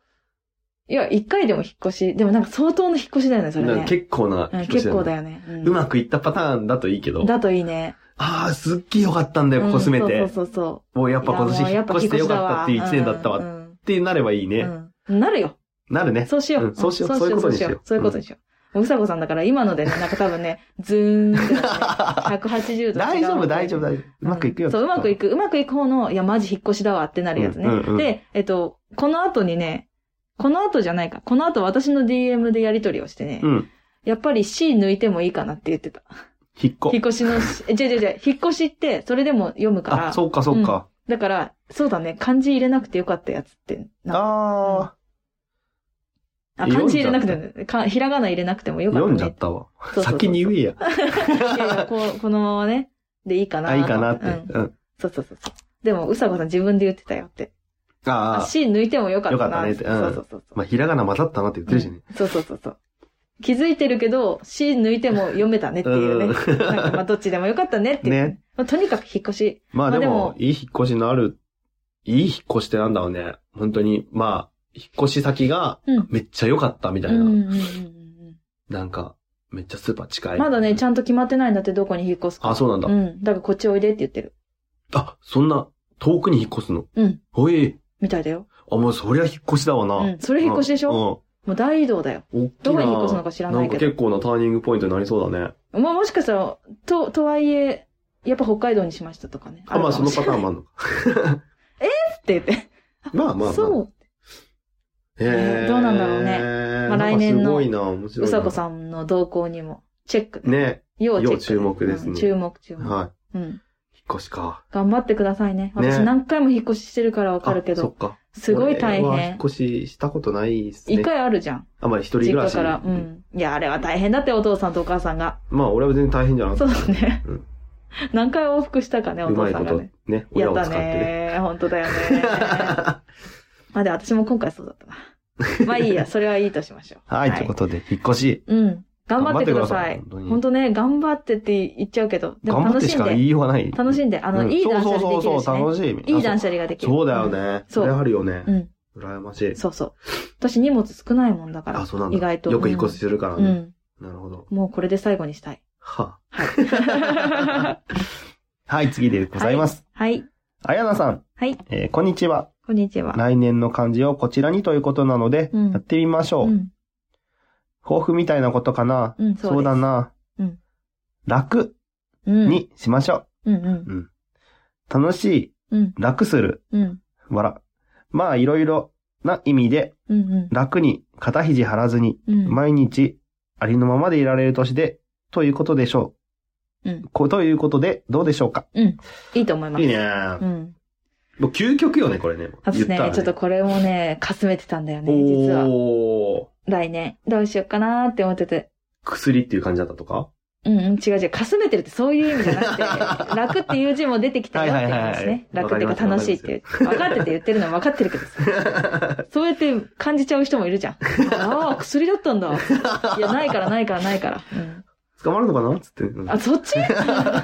[SPEAKER 2] いや、一回でも引っ越し。でもなんか相当の引っ越しだよね、それ
[SPEAKER 1] だから
[SPEAKER 2] ね。
[SPEAKER 1] 結構な
[SPEAKER 2] う
[SPEAKER 1] 引
[SPEAKER 2] ん
[SPEAKER 1] っ越し
[SPEAKER 2] 結
[SPEAKER 1] だよ
[SPEAKER 2] 構
[SPEAKER 1] ね
[SPEAKER 2] だよね。うん
[SPEAKER 1] うまくいったパターンだといいけど。
[SPEAKER 2] だといいね。
[SPEAKER 1] ああ、すっげえよかったんだよ、ここ住め
[SPEAKER 2] うん
[SPEAKER 1] て。
[SPEAKER 2] そうそうそ
[SPEAKER 1] もうや
[SPEAKER 2] う。
[SPEAKER 1] っぱ今年
[SPEAKER 2] いやもう
[SPEAKER 1] 引
[SPEAKER 2] や
[SPEAKER 1] っ
[SPEAKER 2] ぱ
[SPEAKER 1] 越してよかったっていう
[SPEAKER 2] 引
[SPEAKER 1] 一
[SPEAKER 2] 越し
[SPEAKER 1] 年
[SPEAKER 2] だ
[SPEAKER 1] だったわ
[SPEAKER 2] う
[SPEAKER 1] っ
[SPEAKER 2] ん
[SPEAKER 1] てなればいいね。
[SPEAKER 2] うんなるよ。
[SPEAKER 1] な るね。
[SPEAKER 2] そうしよう。
[SPEAKER 1] うんそうしよう
[SPEAKER 2] そ
[SPEAKER 1] そうういう
[SPEAKER 2] しよう、
[SPEAKER 1] こと
[SPEAKER 2] そう
[SPEAKER 1] に
[SPEAKER 2] し
[SPEAKER 1] し
[SPEAKER 2] よ
[SPEAKER 1] よう
[SPEAKER 2] う。そういうことにしよう。うさこさんだから今のでね、なんか多分ね、ズーンってね、180度違 う。
[SPEAKER 1] 大丈夫、大丈夫、大丈夫。うまくいくよ。
[SPEAKER 2] そう、うまくい
[SPEAKER 1] く。
[SPEAKER 2] く。うまくいく方の、いや、マジ引っ越しだわってなるやつね。
[SPEAKER 1] うんうんうん
[SPEAKER 2] で、えっと、この後にね、この後じゃないか。この後私の DM でやり取りをしてね、
[SPEAKER 1] うん。
[SPEAKER 2] やっぱり C 抜いてもいいかなって言ってた。
[SPEAKER 1] 引っ
[SPEAKER 2] 引っ
[SPEAKER 1] 越。
[SPEAKER 2] 越しのし、え、違う違う違う、引っ越しって、それでも読むから。
[SPEAKER 1] あ、そうか、そうか。
[SPEAKER 2] だから、そうだね、漢字入れなくてよかったやつってな。
[SPEAKER 1] あ
[SPEAKER 2] あ、漢字入れなくても、かひらがな入れなくても
[SPEAKER 1] あ、
[SPEAKER 2] よかった、
[SPEAKER 1] 読
[SPEAKER 2] ね。
[SPEAKER 1] んじゃったわ
[SPEAKER 2] そうそう。そう
[SPEAKER 1] 先に言えや。
[SPEAKER 2] いやいや、こう、このままね、でいいかな
[SPEAKER 1] あ、いいかなって。
[SPEAKER 2] う
[SPEAKER 1] うんん。
[SPEAKER 2] そうそうそうそう。でも、うさこさん自分で言ってたよって。
[SPEAKER 1] ああ、
[SPEAKER 2] 足抜いてもよかったな。
[SPEAKER 1] よかったねってうん
[SPEAKER 2] そうそうそうそう。
[SPEAKER 1] まあ、ひらがな混ざったなって言ってるしね。
[SPEAKER 2] そうそうそうそう。気づいてるけど、C 抜いても読めたねっていうね。
[SPEAKER 1] うん
[SPEAKER 2] なんか まあ、どっちでもよかったねっていう。
[SPEAKER 1] ね
[SPEAKER 2] まあとにかく引っ越し。
[SPEAKER 1] まあ
[SPEAKER 2] まあ
[SPEAKER 1] で
[SPEAKER 2] でも
[SPEAKER 1] も、いい引っ越しのある、いい引っ越しってなんだろうね。本当に、まあ、引っ越し先が
[SPEAKER 2] うん。
[SPEAKER 1] めっちゃ良かったみたい
[SPEAKER 2] うん
[SPEAKER 1] な。
[SPEAKER 2] うんうんうん
[SPEAKER 1] なんか、めっちゃスーパー近
[SPEAKER 2] う
[SPEAKER 1] い。
[SPEAKER 2] んまだね、ち
[SPEAKER 1] ゃん
[SPEAKER 2] ゃんと決まってないんだって、どこに引っ越すか。
[SPEAKER 1] あ、そうなんだ
[SPEAKER 2] う。ん。だからこっちおいでって言ってる。
[SPEAKER 1] あ、そんな、遠くに引っ越すの。
[SPEAKER 2] うん。
[SPEAKER 1] ほい。
[SPEAKER 2] みたいだよ。
[SPEAKER 1] あ、もうそりゃ引っ越しだわな。
[SPEAKER 2] うん。それ引っ越しでしょ
[SPEAKER 1] ょ
[SPEAKER 2] もう大移動だよ。
[SPEAKER 1] うん。おっきいな
[SPEAKER 2] どこに引っ越すのか知らないけど
[SPEAKER 1] んか結構なターニングポイントになりそうだね。
[SPEAKER 2] まあもしかしたら、と、とはいえ、やっぱ北海道にしましたとかね。
[SPEAKER 1] あ、まあ
[SPEAKER 2] る
[SPEAKER 1] そ
[SPEAKER 2] かも
[SPEAKER 1] の
[SPEAKER 2] しれ
[SPEAKER 1] パターンもあるのか。
[SPEAKER 2] ないって言って。
[SPEAKER 1] まあまあまあ。
[SPEAKER 2] そう。
[SPEAKER 1] へー
[SPEAKER 2] どうなんだろうねまあ来年
[SPEAKER 1] なんか
[SPEAKER 2] の
[SPEAKER 1] すごいな、面白
[SPEAKER 2] う
[SPEAKER 1] いな。
[SPEAKER 2] さこさんの動向にも、チェックね。
[SPEAKER 1] ね。
[SPEAKER 2] 要チェック、
[SPEAKER 1] 要注目ですね
[SPEAKER 2] うん注目、注目、
[SPEAKER 1] は
[SPEAKER 2] うん。
[SPEAKER 1] い。引っ越しか。
[SPEAKER 2] 頑張ってくださいね。
[SPEAKER 1] ね
[SPEAKER 2] 私何回も引っ越ししてるからわかるけ
[SPEAKER 1] あそっ
[SPEAKER 2] ど、
[SPEAKER 1] か。
[SPEAKER 2] すごい大
[SPEAKER 1] 俺は引っ
[SPEAKER 2] 変。
[SPEAKER 1] 越ししたことないです
[SPEAKER 2] 一
[SPEAKER 1] ね。
[SPEAKER 2] 回あるじゃん。
[SPEAKER 1] あんまり一人暮
[SPEAKER 2] 実
[SPEAKER 1] ら
[SPEAKER 2] 家
[SPEAKER 1] し。
[SPEAKER 2] から。うん。いや、あれは大変だって、お父さんとお母さんが。
[SPEAKER 1] まあ俺は全然大変じゃなか
[SPEAKER 2] そ
[SPEAKER 1] っ
[SPEAKER 2] うだね。
[SPEAKER 1] うん
[SPEAKER 2] 何回往復したかね、
[SPEAKER 1] た。
[SPEAKER 2] お
[SPEAKER 1] うま
[SPEAKER 2] 父
[SPEAKER 1] い
[SPEAKER 2] さ
[SPEAKER 1] こ
[SPEAKER 2] んが
[SPEAKER 1] と
[SPEAKER 2] ね。
[SPEAKER 1] ね、親
[SPEAKER 2] やっ
[SPEAKER 1] を使っ
[SPEAKER 2] た
[SPEAKER 1] て ね。
[SPEAKER 2] ね。本当だよ ね。まあで、私も今回そうだったな。まあいいや、それはいいとしましょう。
[SPEAKER 1] はい、ということで、引っ越し。
[SPEAKER 2] うん。頑張
[SPEAKER 1] 頑張っ
[SPEAKER 2] ってください
[SPEAKER 1] てください本。当に
[SPEAKER 2] 本当ね、頑張ってって言っちゃうけど、でも
[SPEAKER 1] 頑張っ
[SPEAKER 2] 楽
[SPEAKER 1] て
[SPEAKER 2] し
[SPEAKER 1] し
[SPEAKER 2] ん
[SPEAKER 1] か言
[SPEAKER 2] で、
[SPEAKER 1] いようがない。
[SPEAKER 2] 楽しんで、あの、
[SPEAKER 1] うん
[SPEAKER 2] いい断捨離
[SPEAKER 1] そ
[SPEAKER 2] で
[SPEAKER 1] う
[SPEAKER 2] き
[SPEAKER 1] そう
[SPEAKER 2] るし、
[SPEAKER 1] そう、
[SPEAKER 2] ね。
[SPEAKER 1] 楽しみ。
[SPEAKER 2] いい断
[SPEAKER 1] あ
[SPEAKER 2] 捨離ができる。
[SPEAKER 1] そうそうだよね。
[SPEAKER 2] そう
[SPEAKER 1] それあるよね
[SPEAKER 2] う。ん。
[SPEAKER 1] 羨ましい
[SPEAKER 2] うん。。そうそう。私荷物少ないもんだから。
[SPEAKER 1] あ、そうなんだ。
[SPEAKER 2] 意外と。
[SPEAKER 1] よく引っ越しするから
[SPEAKER 2] うん。う
[SPEAKER 1] ね。
[SPEAKER 2] ん。
[SPEAKER 1] なるほど。
[SPEAKER 2] もうこれで最後にしたい。
[SPEAKER 1] は。
[SPEAKER 2] は
[SPEAKER 1] はい、次でございます。
[SPEAKER 2] い。
[SPEAKER 1] あやなさん。
[SPEAKER 2] はい。
[SPEAKER 1] えーこんにちは。
[SPEAKER 2] こんにちは。
[SPEAKER 1] 来年の漢字をこちらにということなので、
[SPEAKER 2] うん
[SPEAKER 1] やってみましょう。
[SPEAKER 2] うん。
[SPEAKER 1] 抱負みたいなことかな。
[SPEAKER 2] うん、
[SPEAKER 1] そう
[SPEAKER 2] そうです
[SPEAKER 1] だ。な。
[SPEAKER 2] うん
[SPEAKER 1] 楽
[SPEAKER 2] うん。
[SPEAKER 1] にしましょ
[SPEAKER 2] うんうん
[SPEAKER 1] う。うん、楽しい、
[SPEAKER 2] うん
[SPEAKER 1] 楽する、
[SPEAKER 2] うん
[SPEAKER 1] 笑。まあ、いろいろな意味で、
[SPEAKER 2] うん
[SPEAKER 1] 楽に、肩肘張らずに、
[SPEAKER 2] うん。うん。
[SPEAKER 1] 毎日、ありのままでいられる年で、ということでしょ
[SPEAKER 2] うん
[SPEAKER 1] う。こうということで、どうでしょうか。
[SPEAKER 2] いいと思います。
[SPEAKER 1] いいね。
[SPEAKER 2] うん。
[SPEAKER 1] もう究極よね、これね。
[SPEAKER 2] 私ね
[SPEAKER 1] 言たら
[SPEAKER 2] ちょっとこれもね、かすめてたんだよね、実は。
[SPEAKER 1] おー。
[SPEAKER 2] 来年、どうしようかなーって思ってて。
[SPEAKER 1] 薬っていう感じだったとか
[SPEAKER 2] うんうん、違う違う。かすめてるってそういう意味じゃ なくて、楽っていう字も出てきたよって言うんですね。
[SPEAKER 1] はい
[SPEAKER 2] 楽
[SPEAKER 1] は
[SPEAKER 2] っ
[SPEAKER 1] い
[SPEAKER 2] て
[SPEAKER 1] はいいうわ
[SPEAKER 2] か
[SPEAKER 1] かりま
[SPEAKER 2] 楽
[SPEAKER 1] す
[SPEAKER 2] しいって、分かってて言ってるのは分かってるけどさ。そうやって感じちゃう人もいるじゃん。ああ、薬だったんだ。いや、ないからないからないから。うん
[SPEAKER 1] 捕まるのかなつって。うん
[SPEAKER 2] あ、そっち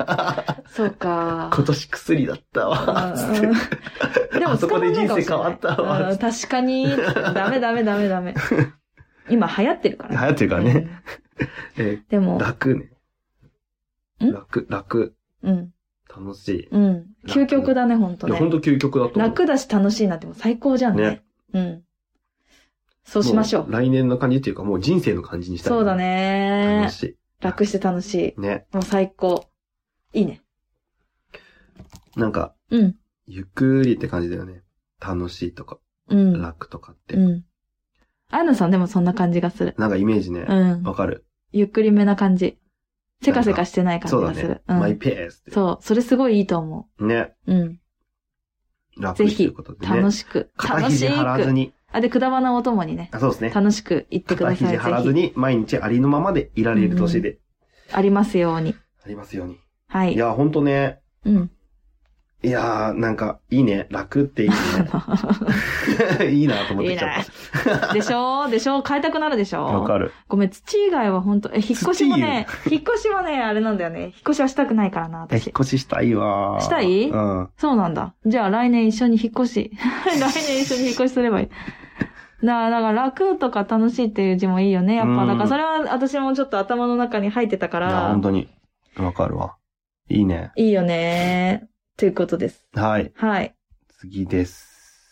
[SPEAKER 2] そうか。
[SPEAKER 1] 今年薬だったわ。つって。
[SPEAKER 2] うんでも
[SPEAKER 1] あそこで
[SPEAKER 2] 捕まんないかもしれない
[SPEAKER 1] 人生変わったわ
[SPEAKER 2] うん確かに。ダメダメダメダメ。今流行ってるか
[SPEAKER 1] 流
[SPEAKER 2] ら。
[SPEAKER 1] 行ってるからね。え
[SPEAKER 2] うん。で
[SPEAKER 1] ー
[SPEAKER 2] も、
[SPEAKER 1] 楽ね。
[SPEAKER 2] ん
[SPEAKER 1] 楽、楽、
[SPEAKER 2] うん。
[SPEAKER 1] 楽しい。
[SPEAKER 2] うん。究極だね、本当
[SPEAKER 1] いや、
[SPEAKER 2] ね。
[SPEAKER 1] ほんと究極だと思う。
[SPEAKER 2] 楽だし楽しいなんてもう最高じゃんね。
[SPEAKER 1] ね
[SPEAKER 2] うん。そうしまし
[SPEAKER 1] も
[SPEAKER 2] ょう。
[SPEAKER 1] 来年の感じっていうか、もう人生の感じにしたい。
[SPEAKER 2] そうだ
[SPEAKER 1] 楽
[SPEAKER 2] ね。
[SPEAKER 1] し
[SPEAKER 2] 楽して楽しい。
[SPEAKER 1] い。ね。
[SPEAKER 2] もう最高。いいね。
[SPEAKER 1] なんか、
[SPEAKER 2] うん。
[SPEAKER 1] ゆっくりって感じだよね。楽しいとか、
[SPEAKER 2] うん。
[SPEAKER 1] 楽とかって。
[SPEAKER 2] うん。あやなさんでもそんな感じがする。
[SPEAKER 1] なんかイメージね。
[SPEAKER 2] う
[SPEAKER 1] わ、
[SPEAKER 2] ん。
[SPEAKER 1] かる。
[SPEAKER 2] ゆっくりめな感じ。せかせかしてない感じ
[SPEAKER 1] そう
[SPEAKER 2] が
[SPEAKER 1] だ
[SPEAKER 2] する
[SPEAKER 1] ね。。
[SPEAKER 2] う
[SPEAKER 1] マイ
[SPEAKER 2] ん。
[SPEAKER 1] ペースって。
[SPEAKER 2] そう。それすごいいいと思
[SPEAKER 1] ね。
[SPEAKER 2] う。うん。
[SPEAKER 1] 楽
[SPEAKER 2] ぜ
[SPEAKER 1] ってい
[SPEAKER 2] ひ
[SPEAKER 1] うこと、でね。
[SPEAKER 2] 楽しく。
[SPEAKER 1] 肩
[SPEAKER 2] 楽
[SPEAKER 1] 肘
[SPEAKER 2] し
[SPEAKER 1] 張らず
[SPEAKER 2] く。
[SPEAKER 1] に。
[SPEAKER 2] あ、で、くだばなおともにね。
[SPEAKER 1] あ、そうですね。
[SPEAKER 2] 楽しく行ってく
[SPEAKER 1] 肩
[SPEAKER 2] ださい。
[SPEAKER 1] 肘張らず
[SPEAKER 2] ぜひ。
[SPEAKER 1] に、毎日ありのままでいられる年で
[SPEAKER 2] ありますように。
[SPEAKER 1] ありますように。
[SPEAKER 2] はいい。
[SPEAKER 1] や、ほんとね。
[SPEAKER 2] うん。
[SPEAKER 1] いやー、なんか、いいね。楽っていい ね。いいなと思っ
[SPEAKER 2] い
[SPEAKER 1] て
[SPEAKER 2] い
[SPEAKER 1] きちゃ
[SPEAKER 2] ね
[SPEAKER 1] っ。
[SPEAKER 2] でしょでしょ買いたくなるでしょ
[SPEAKER 1] た。わかる。
[SPEAKER 2] ごめん、土以外は本当え、引っ越しもね、引っ越しはね、あれなんだよね。引っ越しはしたくないからな、
[SPEAKER 1] え、引っ
[SPEAKER 2] 私。
[SPEAKER 1] 越ししたいわー。
[SPEAKER 2] したい
[SPEAKER 1] うん。
[SPEAKER 2] そうなんだ。じゃあ来年一緒に引っ越 し。来年一緒に引っ越しすればいい。なだから楽とか楽しいっていう字もいいよね。やっ
[SPEAKER 1] う
[SPEAKER 2] ぱ、
[SPEAKER 1] ん
[SPEAKER 2] だからそれは私もちょっと頭の中に入ってたか
[SPEAKER 1] いや、
[SPEAKER 2] ら
[SPEAKER 1] 本、当に。わかるわ。いいね。
[SPEAKER 2] いいよねということです。
[SPEAKER 1] はい。
[SPEAKER 2] はい。
[SPEAKER 1] 次です。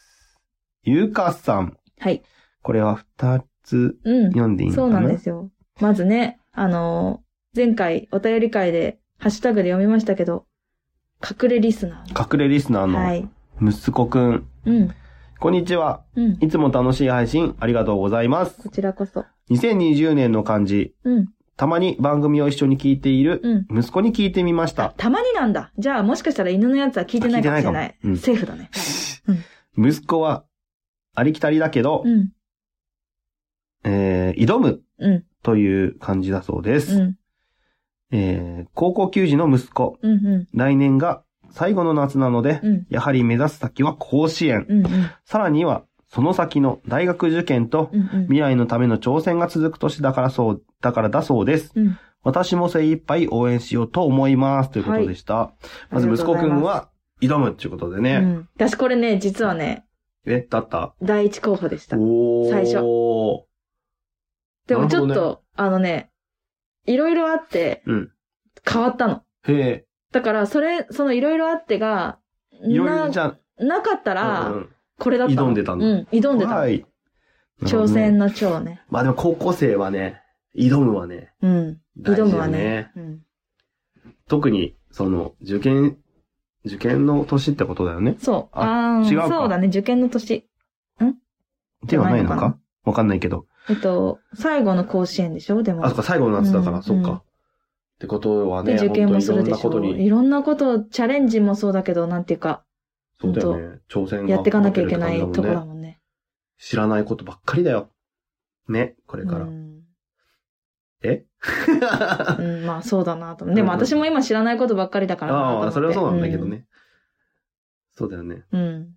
[SPEAKER 1] ゆうかさん。
[SPEAKER 2] はい。
[SPEAKER 1] これは二つ
[SPEAKER 2] うん。
[SPEAKER 1] 読んでいいのか
[SPEAKER 2] そう
[SPEAKER 1] な
[SPEAKER 2] なんですよ。まずね、あのー前回お便り会でハッシュタグで読みましたけど、隠れリスナー
[SPEAKER 1] 隠れリスナー
[SPEAKER 2] の。は
[SPEAKER 1] の
[SPEAKER 2] い。
[SPEAKER 1] 息子くん。
[SPEAKER 2] うん。
[SPEAKER 1] こんにちは。
[SPEAKER 2] うん。
[SPEAKER 1] いつも楽しい配信ありがとうございます。
[SPEAKER 2] こちらこそ。
[SPEAKER 1] 2020年の漢字、
[SPEAKER 2] うん。
[SPEAKER 1] たまに番組を一緒に聞いている
[SPEAKER 2] うん。
[SPEAKER 1] 息子に聞いてみました。
[SPEAKER 2] たまになんだ。じゃあもしかしたら犬のやつは聞いてないかもしれない。
[SPEAKER 1] 聞いてないかもうん
[SPEAKER 2] セーフだね。
[SPEAKER 1] 息子はありきたりだけど、
[SPEAKER 2] うん。
[SPEAKER 1] えー、挑む
[SPEAKER 2] うん。
[SPEAKER 1] という漢字だそうで
[SPEAKER 2] う
[SPEAKER 1] す。
[SPEAKER 2] ん。
[SPEAKER 1] えー、高校球児の息子、
[SPEAKER 2] うん。うん。
[SPEAKER 1] 来年が最後の夏なので、
[SPEAKER 2] うん。
[SPEAKER 1] やはり目指す先は甲子園。
[SPEAKER 2] うん。うん。
[SPEAKER 1] さらには、その先の大学受験と
[SPEAKER 2] うん。うん。
[SPEAKER 1] 未来のための挑戦が続く年だからそう、だからだそうです。
[SPEAKER 2] うん
[SPEAKER 1] 私も精一杯応援しようと思います。ということでした。まず息子くんは挑むっていうことで
[SPEAKER 2] ありがとうございます、
[SPEAKER 1] ね。
[SPEAKER 2] うん。私これね、実はね、
[SPEAKER 1] え、だった
[SPEAKER 2] 第一候補でした。
[SPEAKER 1] おー。
[SPEAKER 2] 最初でもちょっ
[SPEAKER 1] なるほ
[SPEAKER 2] と、あのね、いろいろあって
[SPEAKER 1] うん。
[SPEAKER 2] 変わったの。
[SPEAKER 1] へ
[SPEAKER 2] だから、それ、そのいろいろあってが、
[SPEAKER 1] え。いろいろ
[SPEAKER 2] な
[SPEAKER 1] じゃ
[SPEAKER 2] なかった
[SPEAKER 1] あ、う
[SPEAKER 2] ら、
[SPEAKER 1] ん
[SPEAKER 2] これだったの。
[SPEAKER 1] 挑んでたんだ
[SPEAKER 2] うん、挑
[SPEAKER 1] うんん
[SPEAKER 2] でたの。
[SPEAKER 1] はい。
[SPEAKER 2] 挑
[SPEAKER 1] なるほど
[SPEAKER 2] 戦
[SPEAKER 1] ね。
[SPEAKER 2] の挑ね。
[SPEAKER 1] まあでも高校生はね、挑むはね、
[SPEAKER 2] うん。
[SPEAKER 1] 大事よ
[SPEAKER 2] 挑むわね。うん。
[SPEAKER 1] 特に、その、受験、受験の年ってことだよね。
[SPEAKER 2] そう。
[SPEAKER 1] あ
[SPEAKER 2] あー
[SPEAKER 1] 違うか
[SPEAKER 2] そうだね、受験の年。
[SPEAKER 1] ではないの
[SPEAKER 2] じゃないの
[SPEAKER 1] かわかんないけど。
[SPEAKER 2] えっと、最後の甲子園でしょでも。
[SPEAKER 1] あ、そっか、最後の夏だか
[SPEAKER 2] う
[SPEAKER 1] ら、
[SPEAKER 2] ん
[SPEAKER 1] そう
[SPEAKER 2] うん
[SPEAKER 1] か。ってことは
[SPEAKER 2] で、
[SPEAKER 1] ね、
[SPEAKER 2] 受験もす
[SPEAKER 1] 本当いろん
[SPEAKER 2] るで
[SPEAKER 1] な
[SPEAKER 2] し
[SPEAKER 1] こ
[SPEAKER 2] ょ
[SPEAKER 1] と
[SPEAKER 2] い
[SPEAKER 1] に、
[SPEAKER 2] ろんなことを、チャレンジもそうだけど、なんていうか、
[SPEAKER 1] そうだよね、挑戦が
[SPEAKER 2] やっていかなきゃいけない
[SPEAKER 1] 待って
[SPEAKER 2] と
[SPEAKER 1] るって感じ
[SPEAKER 2] こ
[SPEAKER 1] だもんね
[SPEAKER 2] だもんね。
[SPEAKER 1] 知らないことばっかりだよ。ね、これから。
[SPEAKER 2] うん。
[SPEAKER 1] え
[SPEAKER 2] うんまあ、そうだなと思う。でも
[SPEAKER 1] うん
[SPEAKER 2] 私も今知らないことばっかりだからなと思って。
[SPEAKER 1] ああ、それはそうなんだけどね。そうだよね。
[SPEAKER 2] うん。うん。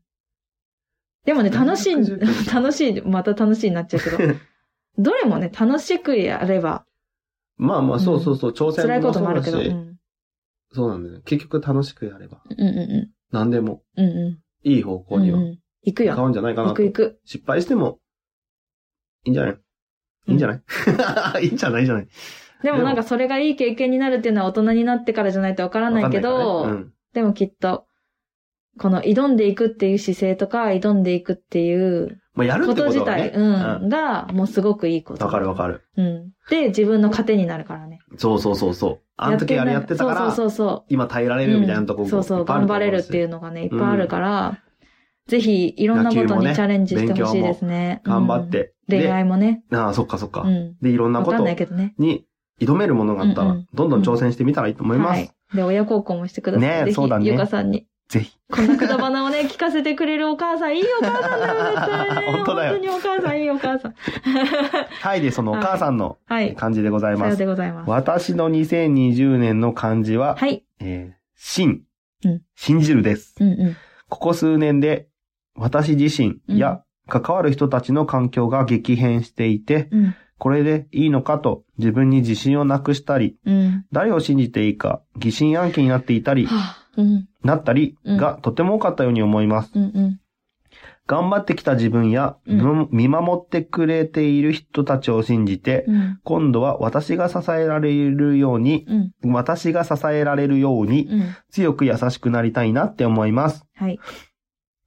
[SPEAKER 2] でもね、楽しい、
[SPEAKER 1] 119
[SPEAKER 2] 楽しい、また楽しいになっちゃうけ ど、どれもね、楽しくやれば、
[SPEAKER 1] まあまあ、そうそうそう、挑
[SPEAKER 2] 辛い
[SPEAKER 1] 戦
[SPEAKER 2] こ
[SPEAKER 1] も
[SPEAKER 2] と
[SPEAKER 1] そう
[SPEAKER 2] もある
[SPEAKER 1] だ
[SPEAKER 2] け
[SPEAKER 1] し
[SPEAKER 2] ど。う、ん。
[SPEAKER 1] そうなんだよね。結局楽しくやれば、
[SPEAKER 2] うんう
[SPEAKER 1] 何でも
[SPEAKER 2] んうん。うんうん。
[SPEAKER 1] いい方向には
[SPEAKER 2] うんうん行く
[SPEAKER 1] 変
[SPEAKER 2] よ。
[SPEAKER 1] わんじゃないかな
[SPEAKER 2] 行
[SPEAKER 1] と
[SPEAKER 2] く。行く。
[SPEAKER 1] 失 敗しても、いいんじゃないいいんじゃないいいんじゃないいいんじゃない
[SPEAKER 2] でもなんかそれがいい経験になるっていうのは大人になってからじゃないとわからないけど、
[SPEAKER 1] わかんないからねうん
[SPEAKER 2] でもきっと、この挑んでいくっていう姿勢とか、挑んでいくっていう
[SPEAKER 1] まあ、やるって
[SPEAKER 2] こ
[SPEAKER 1] ことと
[SPEAKER 2] 自
[SPEAKER 1] は
[SPEAKER 2] 体、
[SPEAKER 1] ね。
[SPEAKER 2] うん、が、もうすごくいいこと。
[SPEAKER 1] わかるわかる。
[SPEAKER 2] うん。で、自分の糧になるからね。
[SPEAKER 1] そうそうそうそう。あの時あれやってたから、
[SPEAKER 2] そうそうそう
[SPEAKER 1] 今耐えら
[SPEAKER 2] そう。
[SPEAKER 1] れるみたいなとこ。
[SPEAKER 2] うんそうそう、頑張れるっていううのがね、いっぱいあるから、ぜひ、いろんなこと
[SPEAKER 1] 野球も
[SPEAKER 2] に
[SPEAKER 1] ね
[SPEAKER 2] チャレンジしてほしいですね。
[SPEAKER 1] 頑張っ
[SPEAKER 2] うん。
[SPEAKER 1] て。
[SPEAKER 2] 恋愛もね。
[SPEAKER 1] で。ああ、そっかそっか。
[SPEAKER 2] うん。
[SPEAKER 1] で、いろんな
[SPEAKER 2] わ
[SPEAKER 1] こ
[SPEAKER 2] かん
[SPEAKER 1] と
[SPEAKER 2] ないけどね。
[SPEAKER 1] に挑めるものがあった
[SPEAKER 2] うんう
[SPEAKER 1] ら
[SPEAKER 2] ん、
[SPEAKER 1] どんどん挑戦してみたらいいと思いま
[SPEAKER 2] は
[SPEAKER 1] す。
[SPEAKER 2] い。で、親孝行もしてください。
[SPEAKER 1] ねえ
[SPEAKER 2] ぜひ
[SPEAKER 1] そうだね
[SPEAKER 2] ゆかさんに。
[SPEAKER 1] ぜひ。
[SPEAKER 2] こんなくだばなをね、聞かせてくれるお母さん、いいお母さんだよ、絶対。
[SPEAKER 1] 本当だよ
[SPEAKER 2] 本当にお母さん、いいお母さん。
[SPEAKER 1] はい、で、そのお母さんの
[SPEAKER 2] はい。
[SPEAKER 1] 漢字でござい
[SPEAKER 2] さ
[SPEAKER 1] ま
[SPEAKER 2] よう
[SPEAKER 1] す。
[SPEAKER 2] でございます。
[SPEAKER 1] 私の2020年の漢字は、
[SPEAKER 2] はい。
[SPEAKER 1] えー、信
[SPEAKER 2] うん。
[SPEAKER 1] 信じるです。
[SPEAKER 2] うんうん。
[SPEAKER 1] ここ数年で、私自身や関わる人たちの環境が激変していて、
[SPEAKER 2] うん。
[SPEAKER 1] これでいいのかと自分に自信をなくしたり、
[SPEAKER 2] うん。
[SPEAKER 1] 誰を信じていいか疑心暗鬼になっていたり、
[SPEAKER 2] はぁ。うん。
[SPEAKER 1] なったり
[SPEAKER 2] うん
[SPEAKER 1] がとても多かったように思います。
[SPEAKER 2] うんうん。
[SPEAKER 1] 頑張ってきた自分や、
[SPEAKER 2] うん
[SPEAKER 1] 見守ってくれている人たちを信じて、
[SPEAKER 2] うん。
[SPEAKER 1] 今度は私が支えられるように、
[SPEAKER 2] うん。
[SPEAKER 1] 私が支えられるように
[SPEAKER 2] うん。
[SPEAKER 1] 強く優しくなりたいなって思います。
[SPEAKER 2] はい。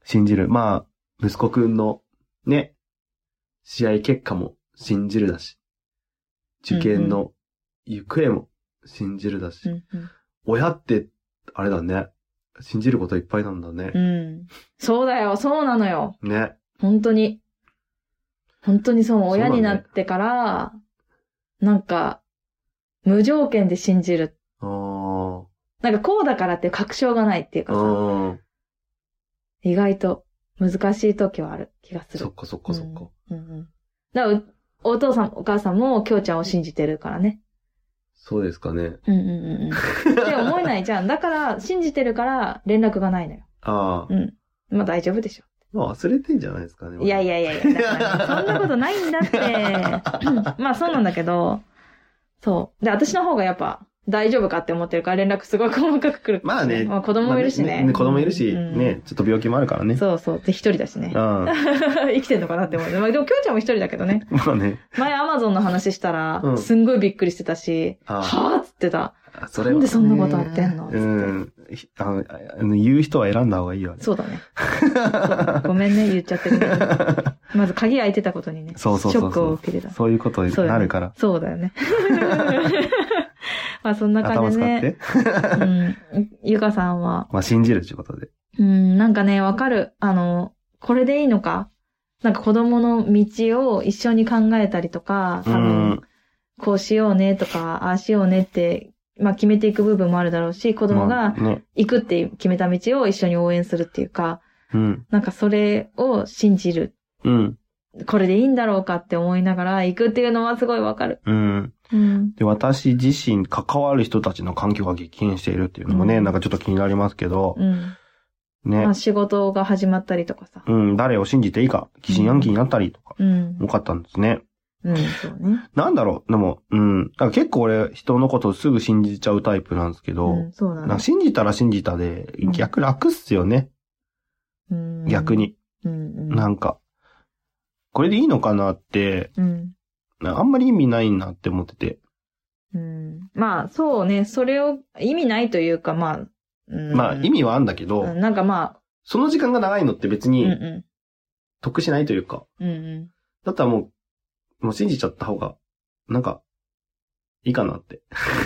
[SPEAKER 1] 信じる。まあ、息子くんの、ね、試合結果も信じるだし、受験の行方も信じるだし、
[SPEAKER 2] うんうん。
[SPEAKER 1] 親って、あれだね、信じることいっぱいなんだね
[SPEAKER 2] う。ん。そうだよ、そうなのよ。
[SPEAKER 1] ね。
[SPEAKER 2] 本当に。本当にそう、
[SPEAKER 1] そうだ
[SPEAKER 2] 親
[SPEAKER 1] ね
[SPEAKER 2] になってから、なんか、無条件で信じる。
[SPEAKER 1] あー
[SPEAKER 2] なんかこうだからっていう確証がないっていう
[SPEAKER 1] あ
[SPEAKER 2] かさ。
[SPEAKER 1] ー、
[SPEAKER 2] 意外と難しい時はある気がす
[SPEAKER 1] そ
[SPEAKER 2] る
[SPEAKER 1] っ。かそっかそっか。
[SPEAKER 2] うんうん。だから、うお父さん、お母さんも、きょうちゃんを信じてるからね。
[SPEAKER 1] そうですかね。
[SPEAKER 2] うんうんうんうん。って思えないじゃん。だから、信じてるから、連絡がないのよ。
[SPEAKER 1] ああ、
[SPEAKER 2] うん。まあ大丈夫でし
[SPEAKER 1] まあ忘れてんじゃないですかね。
[SPEAKER 2] ょ。いやいやいやいや、だからそんなことないんだ って。うんまあそうなんだけど、そう。で、私の方がやっぱ、大丈夫かって思ってるから連絡すごい細かく来る。
[SPEAKER 1] まあね
[SPEAKER 2] まあ子供もいるし
[SPEAKER 1] まあ
[SPEAKER 2] ね。
[SPEAKER 1] 子供いるし、
[SPEAKER 2] うん
[SPEAKER 1] ね、。ちょっと病気もあるからね。
[SPEAKER 2] そうそう。で、一人だしね
[SPEAKER 1] うん。。 ま
[SPEAKER 2] 生きてんのかなって思う。まあでも、きょうちゃんも一人だけどね。
[SPEAKER 1] あね、
[SPEAKER 2] 前アマゾンの話したら、
[SPEAKER 1] うん
[SPEAKER 2] すんごいびっくりしてたし、
[SPEAKER 1] あー
[SPEAKER 2] はぁっつってた。
[SPEAKER 1] あそれは
[SPEAKER 2] なんでそんなことやってんの
[SPEAKER 1] うん。ひあの、あの言う人は選んだ方がいいよね。
[SPEAKER 2] そうだね。そうごめんね、言っちゃっ てる、ね。まず鍵開いてたことにね、
[SPEAKER 1] そうそうそうそう
[SPEAKER 2] ショックを受けてた。
[SPEAKER 1] そういうことに
[SPEAKER 2] そうだ
[SPEAKER 1] な
[SPEAKER 2] よね
[SPEAKER 1] るから。
[SPEAKER 2] そうだよね。 まあそんな
[SPEAKER 1] 頭
[SPEAKER 2] 感じ
[SPEAKER 1] 使
[SPEAKER 2] で
[SPEAKER 1] っ
[SPEAKER 2] ね。
[SPEAKER 1] て。
[SPEAKER 2] うん。ゆかさんは、
[SPEAKER 1] まあ、信じるっていうことで。
[SPEAKER 2] うん、なんかね、わかる。あの、これでいいのかなんか子供の道を一緒に考えたりとか、多分、
[SPEAKER 1] うん
[SPEAKER 2] こうしようねとか、ああしようねって、まあ決めていく部分もあるだろうし、子
[SPEAKER 1] ま
[SPEAKER 2] 供が
[SPEAKER 1] あね。
[SPEAKER 2] 行くって決めた道を一緒に応援するっていうか、
[SPEAKER 1] うん。
[SPEAKER 2] なんかそれを信じる。
[SPEAKER 1] うん。
[SPEAKER 2] これでいいんだろうかって思いながら行くっていうのはすごいわかる。
[SPEAKER 1] うん。
[SPEAKER 2] うん。
[SPEAKER 1] で、私自身、関わる人たちの環境が激変しているっていうのもね、
[SPEAKER 2] うん
[SPEAKER 1] なんかちょっと気になりますけど、
[SPEAKER 2] うん。
[SPEAKER 1] ね
[SPEAKER 2] まあ。仕事が始まったりとかさ。
[SPEAKER 1] うん、誰を信じていいか、疑心暗鬼になったりとか、
[SPEAKER 2] うん
[SPEAKER 1] 多。かったんですね。
[SPEAKER 2] うん、そうね。
[SPEAKER 1] なんだろう、でも、うん。なんか結構俺、人のことすぐ信じちゃうタイプなんですけど、
[SPEAKER 2] うん、そうだ
[SPEAKER 1] なんか
[SPEAKER 2] ね。
[SPEAKER 1] 信じたら信じたで
[SPEAKER 2] うん、
[SPEAKER 1] 逆楽っすよね。
[SPEAKER 2] うん
[SPEAKER 1] 逆。に。
[SPEAKER 2] うん、うん。
[SPEAKER 1] なんか。これでいいのかなって、
[SPEAKER 2] うん。
[SPEAKER 1] あんまり意味ないなって思ってて。
[SPEAKER 2] うん。まあ、そうね。それを、意味ないというか、まあ、うん
[SPEAKER 1] まあ意味はあんだけ
[SPEAKER 2] う
[SPEAKER 1] ど、
[SPEAKER 2] んなんかまあ、
[SPEAKER 1] その時間が長いのって別
[SPEAKER 2] うん
[SPEAKER 1] に
[SPEAKER 2] う
[SPEAKER 1] 得しないというか、
[SPEAKER 2] ん。うんうん。
[SPEAKER 1] だったらもう、もう信じちゃった方が、なんか、いいかなって、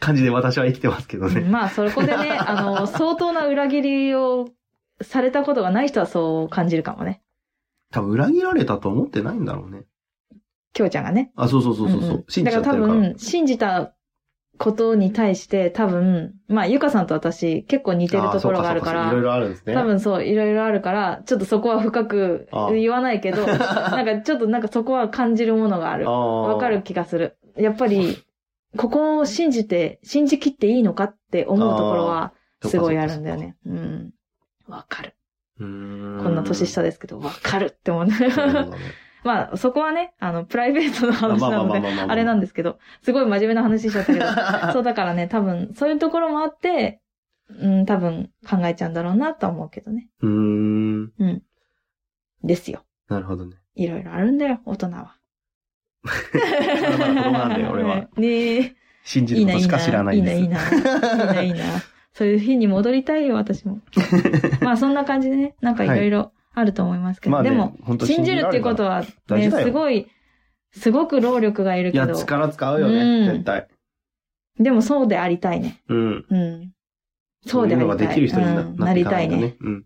[SPEAKER 1] 感じで私は生きてますけど
[SPEAKER 2] うん
[SPEAKER 1] ね。
[SPEAKER 2] まあ、そこでね、あの、相当な裏切りをされたことがない人はそう感じるかもね。
[SPEAKER 1] 多分裏切られたと思ってないんだろうね。
[SPEAKER 2] きょうちゃんがね。
[SPEAKER 1] あ、そうそうそうそうそう、
[SPEAKER 2] んん
[SPEAKER 1] 信じちゃって
[SPEAKER 2] だ
[SPEAKER 1] る
[SPEAKER 2] から
[SPEAKER 1] か
[SPEAKER 2] 多
[SPEAKER 1] ら。
[SPEAKER 2] 分、信じたことに対して、多分、まあ、ゆかさんと私、結構似てるところがあるか
[SPEAKER 1] あ
[SPEAKER 2] ら、
[SPEAKER 1] そうそうそういろいろあるんですね。
[SPEAKER 2] 多分そう、いろいろあるから、ちょっとそこは深く
[SPEAKER 1] ああ
[SPEAKER 2] 言わない けど、なんかちょっとなんかそこは感じるものがある。わ
[SPEAKER 1] わ
[SPEAKER 2] かる気がする。やっぱり、ここを信じて、信じきっていいのかって思うところは、すごいあるんだよ。ね。うん。わかる。
[SPEAKER 1] こん
[SPEAKER 2] こんな年下ですけど、わかるって思うね。
[SPEAKER 1] そうだね
[SPEAKER 2] まあ、そこはね、あの、プライベートの話
[SPEAKER 1] まあま
[SPEAKER 2] な
[SPEAKER 1] あまあ
[SPEAKER 2] の
[SPEAKER 1] ま
[SPEAKER 2] で、
[SPEAKER 1] あまあまあ
[SPEAKER 2] あれなんですけど、すごい真面目な話しちゃった けど、
[SPEAKER 1] そ
[SPEAKER 2] そううだからね、多分、そういうところもあって、うん、多分考えちゃうんだろうなとは思うけどね。
[SPEAKER 1] うーん。
[SPEAKER 2] ですよ。
[SPEAKER 1] なるほどね。
[SPEAKER 2] いろいろあるんだよ、大人は。
[SPEAKER 1] まだまだ子供なん で、俺は。。
[SPEAKER 2] ねえ。
[SPEAKER 1] 信じ
[SPEAKER 2] いい
[SPEAKER 1] るこ
[SPEAKER 2] な、
[SPEAKER 1] とし
[SPEAKER 2] いいな。
[SPEAKER 1] か知らないんです。
[SPEAKER 2] いいな、いいな。いいな、いいな。そういう日に戻りたいよ、私も。まあ、そんな感じでね、なんかいろいろあると思いますけ ど、
[SPEAKER 1] まあね
[SPEAKER 2] でも、
[SPEAKER 1] 本当
[SPEAKER 2] 信じるっていうことは、
[SPEAKER 1] 信じられ
[SPEAKER 2] ね、
[SPEAKER 1] たら大事だよ
[SPEAKER 2] すごい、すごく労力がいる
[SPEAKER 1] い
[SPEAKER 2] け
[SPEAKER 1] や、
[SPEAKER 2] ど、
[SPEAKER 1] 力使うよ
[SPEAKER 2] うん
[SPEAKER 1] ね、絶対。
[SPEAKER 2] でもそうでありたいね。
[SPEAKER 1] うん。
[SPEAKER 2] うん。そうであ
[SPEAKER 1] い
[SPEAKER 2] り
[SPEAKER 1] うの
[SPEAKER 2] た
[SPEAKER 1] がで
[SPEAKER 2] い。
[SPEAKER 1] きる人にな,、
[SPEAKER 2] うん
[SPEAKER 1] な
[SPEAKER 2] な
[SPEAKER 1] ってい
[SPEAKER 2] り
[SPEAKER 1] かな
[SPEAKER 2] た
[SPEAKER 1] い
[SPEAKER 2] い
[SPEAKER 1] と
[SPEAKER 2] ね。
[SPEAKER 1] ね。うん。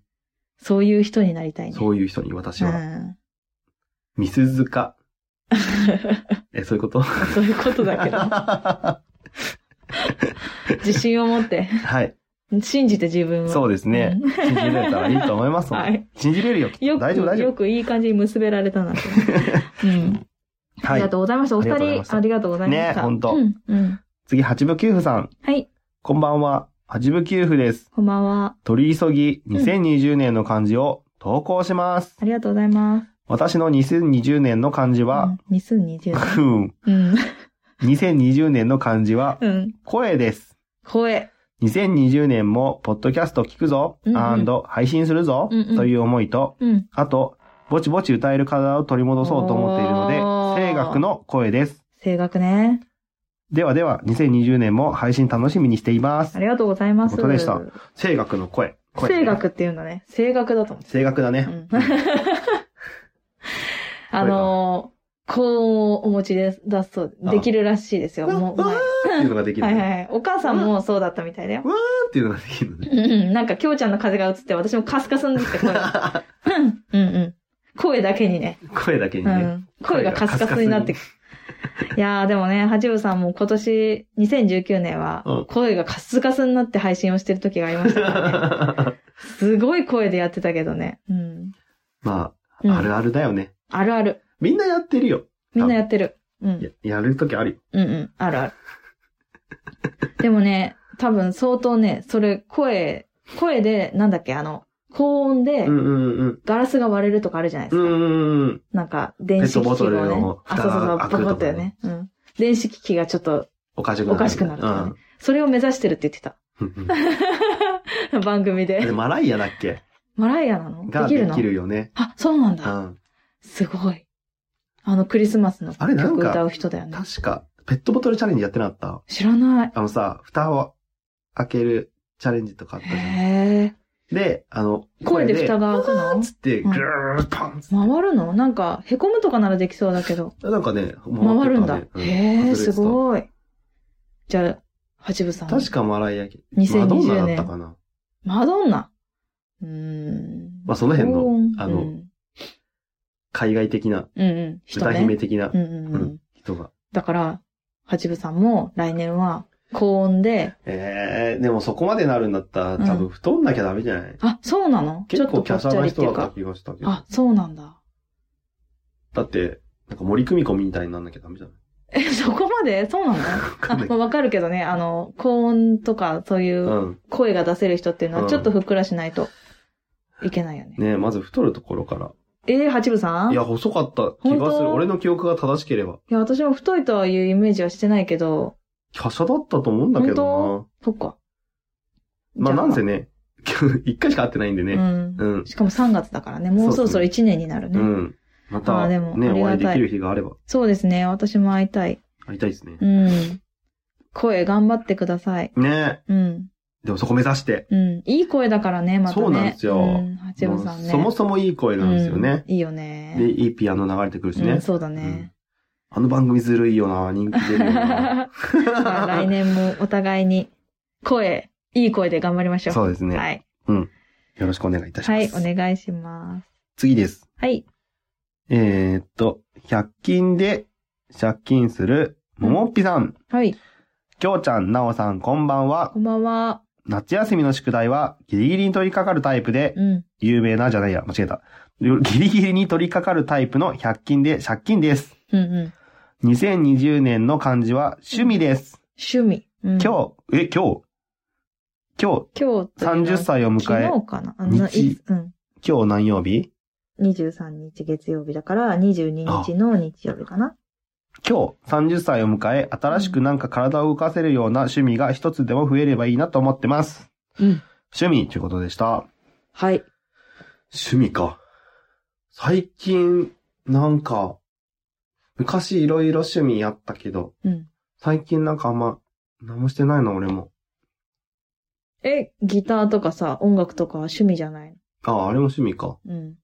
[SPEAKER 2] そういう人になりたいね。
[SPEAKER 1] そういう人に私
[SPEAKER 2] う
[SPEAKER 1] は、
[SPEAKER 2] ん。
[SPEAKER 1] みすず か。え、そういうこと
[SPEAKER 2] そういうことだけ ど、
[SPEAKER 1] は
[SPEAKER 2] 自信を持って、
[SPEAKER 1] い。
[SPEAKER 2] 信じて自分を。
[SPEAKER 1] そうですね。
[SPEAKER 2] うん
[SPEAKER 1] 信じれたらいいと思います。
[SPEAKER 2] はい
[SPEAKER 1] 信じれるよ。きっ
[SPEAKER 2] よ
[SPEAKER 1] と
[SPEAKER 2] く、
[SPEAKER 1] 大丈夫、大丈
[SPEAKER 2] よくいい感じに結べられた なと。うん。あ
[SPEAKER 1] 夫。は
[SPEAKER 2] りが
[SPEAKER 1] い。
[SPEAKER 2] とうございました。お二
[SPEAKER 1] ありがとうございました
[SPEAKER 2] 人、ありがとうございました。
[SPEAKER 1] ね本当
[SPEAKER 2] うん、うん。
[SPEAKER 1] 次、八部九夫さん。
[SPEAKER 2] はい、
[SPEAKER 1] こんばんは。八部九夫です。
[SPEAKER 2] こんばんは。
[SPEAKER 1] 取り急ぎ、2020年の漢字を投稿します。
[SPEAKER 2] ありがとうございます。
[SPEAKER 1] 私の2020年の漢字
[SPEAKER 2] う
[SPEAKER 1] は
[SPEAKER 2] ん、、2020年。
[SPEAKER 1] うん、
[SPEAKER 2] うん、
[SPEAKER 1] 2020年の漢字は、
[SPEAKER 2] うん。
[SPEAKER 1] 声です。
[SPEAKER 2] 声。
[SPEAKER 1] 2020年も、ポッドキャスト聞くぞ、
[SPEAKER 2] うんうん
[SPEAKER 1] and 配信するぞ、
[SPEAKER 2] うんうん
[SPEAKER 1] という思いと、
[SPEAKER 2] うん。
[SPEAKER 1] あと、ぼちぼち歌える体を取り戻そうと思っているので、
[SPEAKER 2] おー
[SPEAKER 1] 声楽の声です。
[SPEAKER 2] 声楽ね。
[SPEAKER 1] ではでは、2020年も配信楽しみにしています
[SPEAKER 2] あ。りがとうございます。
[SPEAKER 1] ということでした声楽の声。声ね
[SPEAKER 2] 声楽っていうんだね。声楽だと思って
[SPEAKER 1] 声楽だ
[SPEAKER 2] た。う
[SPEAKER 1] ね。
[SPEAKER 2] ん。 あのー、こうお持ちで出すと、できるらしいですよ。
[SPEAKER 1] あ
[SPEAKER 2] もう、
[SPEAKER 1] あ
[SPEAKER 2] 前
[SPEAKER 1] っていうのができる
[SPEAKER 2] は
[SPEAKER 1] ね。
[SPEAKER 2] い
[SPEAKER 1] うん
[SPEAKER 2] はいはい。お母さんもそうだったみたいだよ。
[SPEAKER 1] っていうのができるね。
[SPEAKER 2] うんうん、なんか、きょうちゃんの風が映って、私もカスカスになって、声が。うん、うんうん。声だけにね。
[SPEAKER 1] 声だけに
[SPEAKER 2] う
[SPEAKER 1] ね。
[SPEAKER 2] ん。声がカスカスになってくいやー、でもね、八部さんも今年、2019年
[SPEAKER 1] うん
[SPEAKER 2] は、声がカスカスになって配信をしてる時があり ましたからね。すごい声でやってたけどね。うん。
[SPEAKER 1] ま
[SPEAKER 2] うん
[SPEAKER 1] あ、あるあるだよね。
[SPEAKER 2] あるある。
[SPEAKER 1] みんなやってるよ。
[SPEAKER 2] みんなやってる。うん。
[SPEAKER 1] ややるときあるよ。
[SPEAKER 2] うんうん。あるある。 でもね、多分相当ね、それ、声、声で、なんだっけ、あの、高音で
[SPEAKER 1] う、んうんうん。
[SPEAKER 2] ガラスが割れるとかあるじゃないで
[SPEAKER 1] う
[SPEAKER 2] すか。
[SPEAKER 1] んうんうん。
[SPEAKER 2] なんか、電子機器
[SPEAKER 1] ペ
[SPEAKER 2] を
[SPEAKER 1] ットボトル
[SPEAKER 2] ね
[SPEAKER 1] の。
[SPEAKER 2] あ、
[SPEAKER 1] 蓋
[SPEAKER 2] そうそうそう、
[SPEAKER 1] が開
[SPEAKER 2] ポ
[SPEAKER 1] くとかね
[SPEAKER 2] コッとよね。うん。電子機器がちょっと
[SPEAKER 1] おかしくなる。
[SPEAKER 2] おかしくなるとかね。それを目指してるって言ってた。
[SPEAKER 1] うんうんうん。
[SPEAKER 2] 番組
[SPEAKER 1] で
[SPEAKER 2] で。
[SPEAKER 1] マライアだっけ
[SPEAKER 2] マライアなの
[SPEAKER 1] が
[SPEAKER 2] でき
[SPEAKER 1] で
[SPEAKER 2] るの
[SPEAKER 1] きるよね。
[SPEAKER 2] あ、そうなん
[SPEAKER 1] う
[SPEAKER 2] だ。
[SPEAKER 1] ん。
[SPEAKER 2] すごい。あの、クリスマスの
[SPEAKER 1] あれなん
[SPEAKER 2] 曲
[SPEAKER 1] か
[SPEAKER 2] 歌う人だよね。
[SPEAKER 1] 確か、ペットボトルチャレンジやってなかった
[SPEAKER 2] 知らない。
[SPEAKER 1] あのさ、蓋を開けるチャレンジとかあったじゃん。
[SPEAKER 2] へ
[SPEAKER 1] で、あの、
[SPEAKER 2] え。声で蓋が開くの
[SPEAKER 1] つって、
[SPEAKER 2] うん
[SPEAKER 1] ぐるーっパンつっ
[SPEAKER 2] 回るのなんか、凹むとかならできそうだけど。
[SPEAKER 1] て。なんかね、
[SPEAKER 2] 回るんだ
[SPEAKER 1] って。たね
[SPEAKER 2] へ
[SPEAKER 1] う
[SPEAKER 2] え、
[SPEAKER 1] ん
[SPEAKER 2] す
[SPEAKER 1] 外れて
[SPEAKER 2] ごい。じゃあ、八部さん。
[SPEAKER 1] た確かマライア、
[SPEAKER 2] 2020
[SPEAKER 1] マドンナだったかな。
[SPEAKER 2] マドンナ。うーん。
[SPEAKER 1] まあその辺の
[SPEAKER 2] 高音
[SPEAKER 1] あの
[SPEAKER 2] うん
[SPEAKER 1] 海外的な、
[SPEAKER 2] うんうん。人
[SPEAKER 1] 歌姫
[SPEAKER 2] ね。
[SPEAKER 1] 的な
[SPEAKER 2] うんうん
[SPEAKER 1] う
[SPEAKER 2] う
[SPEAKER 1] んん。人が。
[SPEAKER 2] だから、八部さんも来年は高音で、
[SPEAKER 1] ええでもそこまでなるんだったら多分太んなきゃダメじゃない、
[SPEAKER 2] あ、そうなの
[SPEAKER 1] 結構キ
[SPEAKER 2] ちょ
[SPEAKER 1] ャ
[SPEAKER 2] っ
[SPEAKER 1] サ
[SPEAKER 2] とぽっちゃ
[SPEAKER 1] な
[SPEAKER 2] りってい
[SPEAKER 1] 人
[SPEAKER 2] う
[SPEAKER 1] だっ
[SPEAKER 2] か
[SPEAKER 1] た。気がしたけど。
[SPEAKER 2] あ、そうなんだ。
[SPEAKER 1] だって、なんか森久美子みたいになんなきゃダメじゃない
[SPEAKER 2] え、そこまでそうなの
[SPEAKER 1] か
[SPEAKER 2] あ、
[SPEAKER 1] んない
[SPEAKER 2] ま あわかるけどね、あの、高音とかそういう
[SPEAKER 1] うん。
[SPEAKER 2] 声が出せる人っていうの
[SPEAKER 1] う
[SPEAKER 2] は
[SPEAKER 1] ん
[SPEAKER 2] ちょっとふっくらしないといけないよね。
[SPEAKER 1] ねえまず太るところから。
[SPEAKER 2] えー、八部さん
[SPEAKER 1] い
[SPEAKER 2] い
[SPEAKER 1] や、
[SPEAKER 2] や、
[SPEAKER 1] 細かった気がする。
[SPEAKER 2] 本当
[SPEAKER 1] 俺の記憶が正しければ。
[SPEAKER 2] 私も太いとはいうイメージはしてないけど、
[SPEAKER 1] 華奢だったと思うんだけど
[SPEAKER 2] 本そっか。
[SPEAKER 1] な。まあ、
[SPEAKER 2] じゃ
[SPEAKER 1] なんせね、 今日一回しか会ってないんで
[SPEAKER 2] う
[SPEAKER 1] ね。
[SPEAKER 2] ん
[SPEAKER 1] う。ん。
[SPEAKER 2] しかも3月だからね、もうそろそろ1年になる
[SPEAKER 1] う
[SPEAKER 2] ね。
[SPEAKER 1] ん。ま
[SPEAKER 2] あ
[SPEAKER 1] た、
[SPEAKER 2] ー
[SPEAKER 1] ね、
[SPEAKER 2] でもあり
[SPEAKER 1] お
[SPEAKER 2] がた
[SPEAKER 1] 会
[SPEAKER 2] い
[SPEAKER 1] いできる日があれば、
[SPEAKER 2] そうですね、私も会いたい。
[SPEAKER 1] 会いたいですね
[SPEAKER 2] う。ん。声頑張ってください。
[SPEAKER 1] ね
[SPEAKER 2] うん。
[SPEAKER 1] えでもそこ目指して。
[SPEAKER 2] うん。いい声だからね、またね。
[SPEAKER 1] そうなんですよ
[SPEAKER 2] うん、八部さん
[SPEAKER 1] も
[SPEAKER 2] ね。
[SPEAKER 1] うそもそもいい声なんですよね。
[SPEAKER 2] うんいいよね。
[SPEAKER 1] で、いいピアノ流れてくるし
[SPEAKER 2] う
[SPEAKER 1] ね
[SPEAKER 2] ん、。そうだ
[SPEAKER 1] う
[SPEAKER 2] ね
[SPEAKER 1] ん。あの番組ずるいよな、人気出るよな。
[SPEAKER 2] まあ来年もお互いに声、いい声で頑張りましょう。
[SPEAKER 1] そうですね。
[SPEAKER 2] はい。
[SPEAKER 1] よろしくお願いいたし
[SPEAKER 2] は
[SPEAKER 1] ま
[SPEAKER 2] い、
[SPEAKER 1] す。
[SPEAKER 2] お願いします。
[SPEAKER 1] 次です。
[SPEAKER 2] はい。
[SPEAKER 1] えー、っと、100均で借金するももっぴさん。
[SPEAKER 2] はい。
[SPEAKER 1] きょうちゃん、なおさん、こんばんは
[SPEAKER 2] こ。んばんは。
[SPEAKER 1] 夏休みの宿題はギリギリに取り掛かるタイプで、
[SPEAKER 2] うん。
[SPEAKER 1] 有名なじゃないや、間違えた。ギリギリに取り掛かるタイプの100均で借金です。
[SPEAKER 2] うんうん。
[SPEAKER 1] 2020年の漢字は趣味です。
[SPEAKER 2] 趣味。うん、
[SPEAKER 1] 今日、え、今日今日
[SPEAKER 2] 今日というのは
[SPEAKER 1] 30歳を迎え、
[SPEAKER 2] 昨日かな。あの
[SPEAKER 1] 日
[SPEAKER 2] いつうん。
[SPEAKER 1] 今日何曜日
[SPEAKER 2] 23日月曜日だから、22日の日曜日かな。
[SPEAKER 1] 今日30歳を迎え、新しくなんか体を動かせるような趣味が一つでも増えればいいなと思ってます。
[SPEAKER 2] うん。
[SPEAKER 1] 趣味ということでした。
[SPEAKER 2] はい。
[SPEAKER 1] 趣味か。最近、なんか、昔いろいろ趣味やったけど、
[SPEAKER 2] うん。
[SPEAKER 1] 最近なんかあんま、何もしてないな、俺も。
[SPEAKER 2] え、ギターとかさ、音楽とかは趣味じゃない
[SPEAKER 1] ああ、あれも趣味か。
[SPEAKER 2] のうん。
[SPEAKER 1] い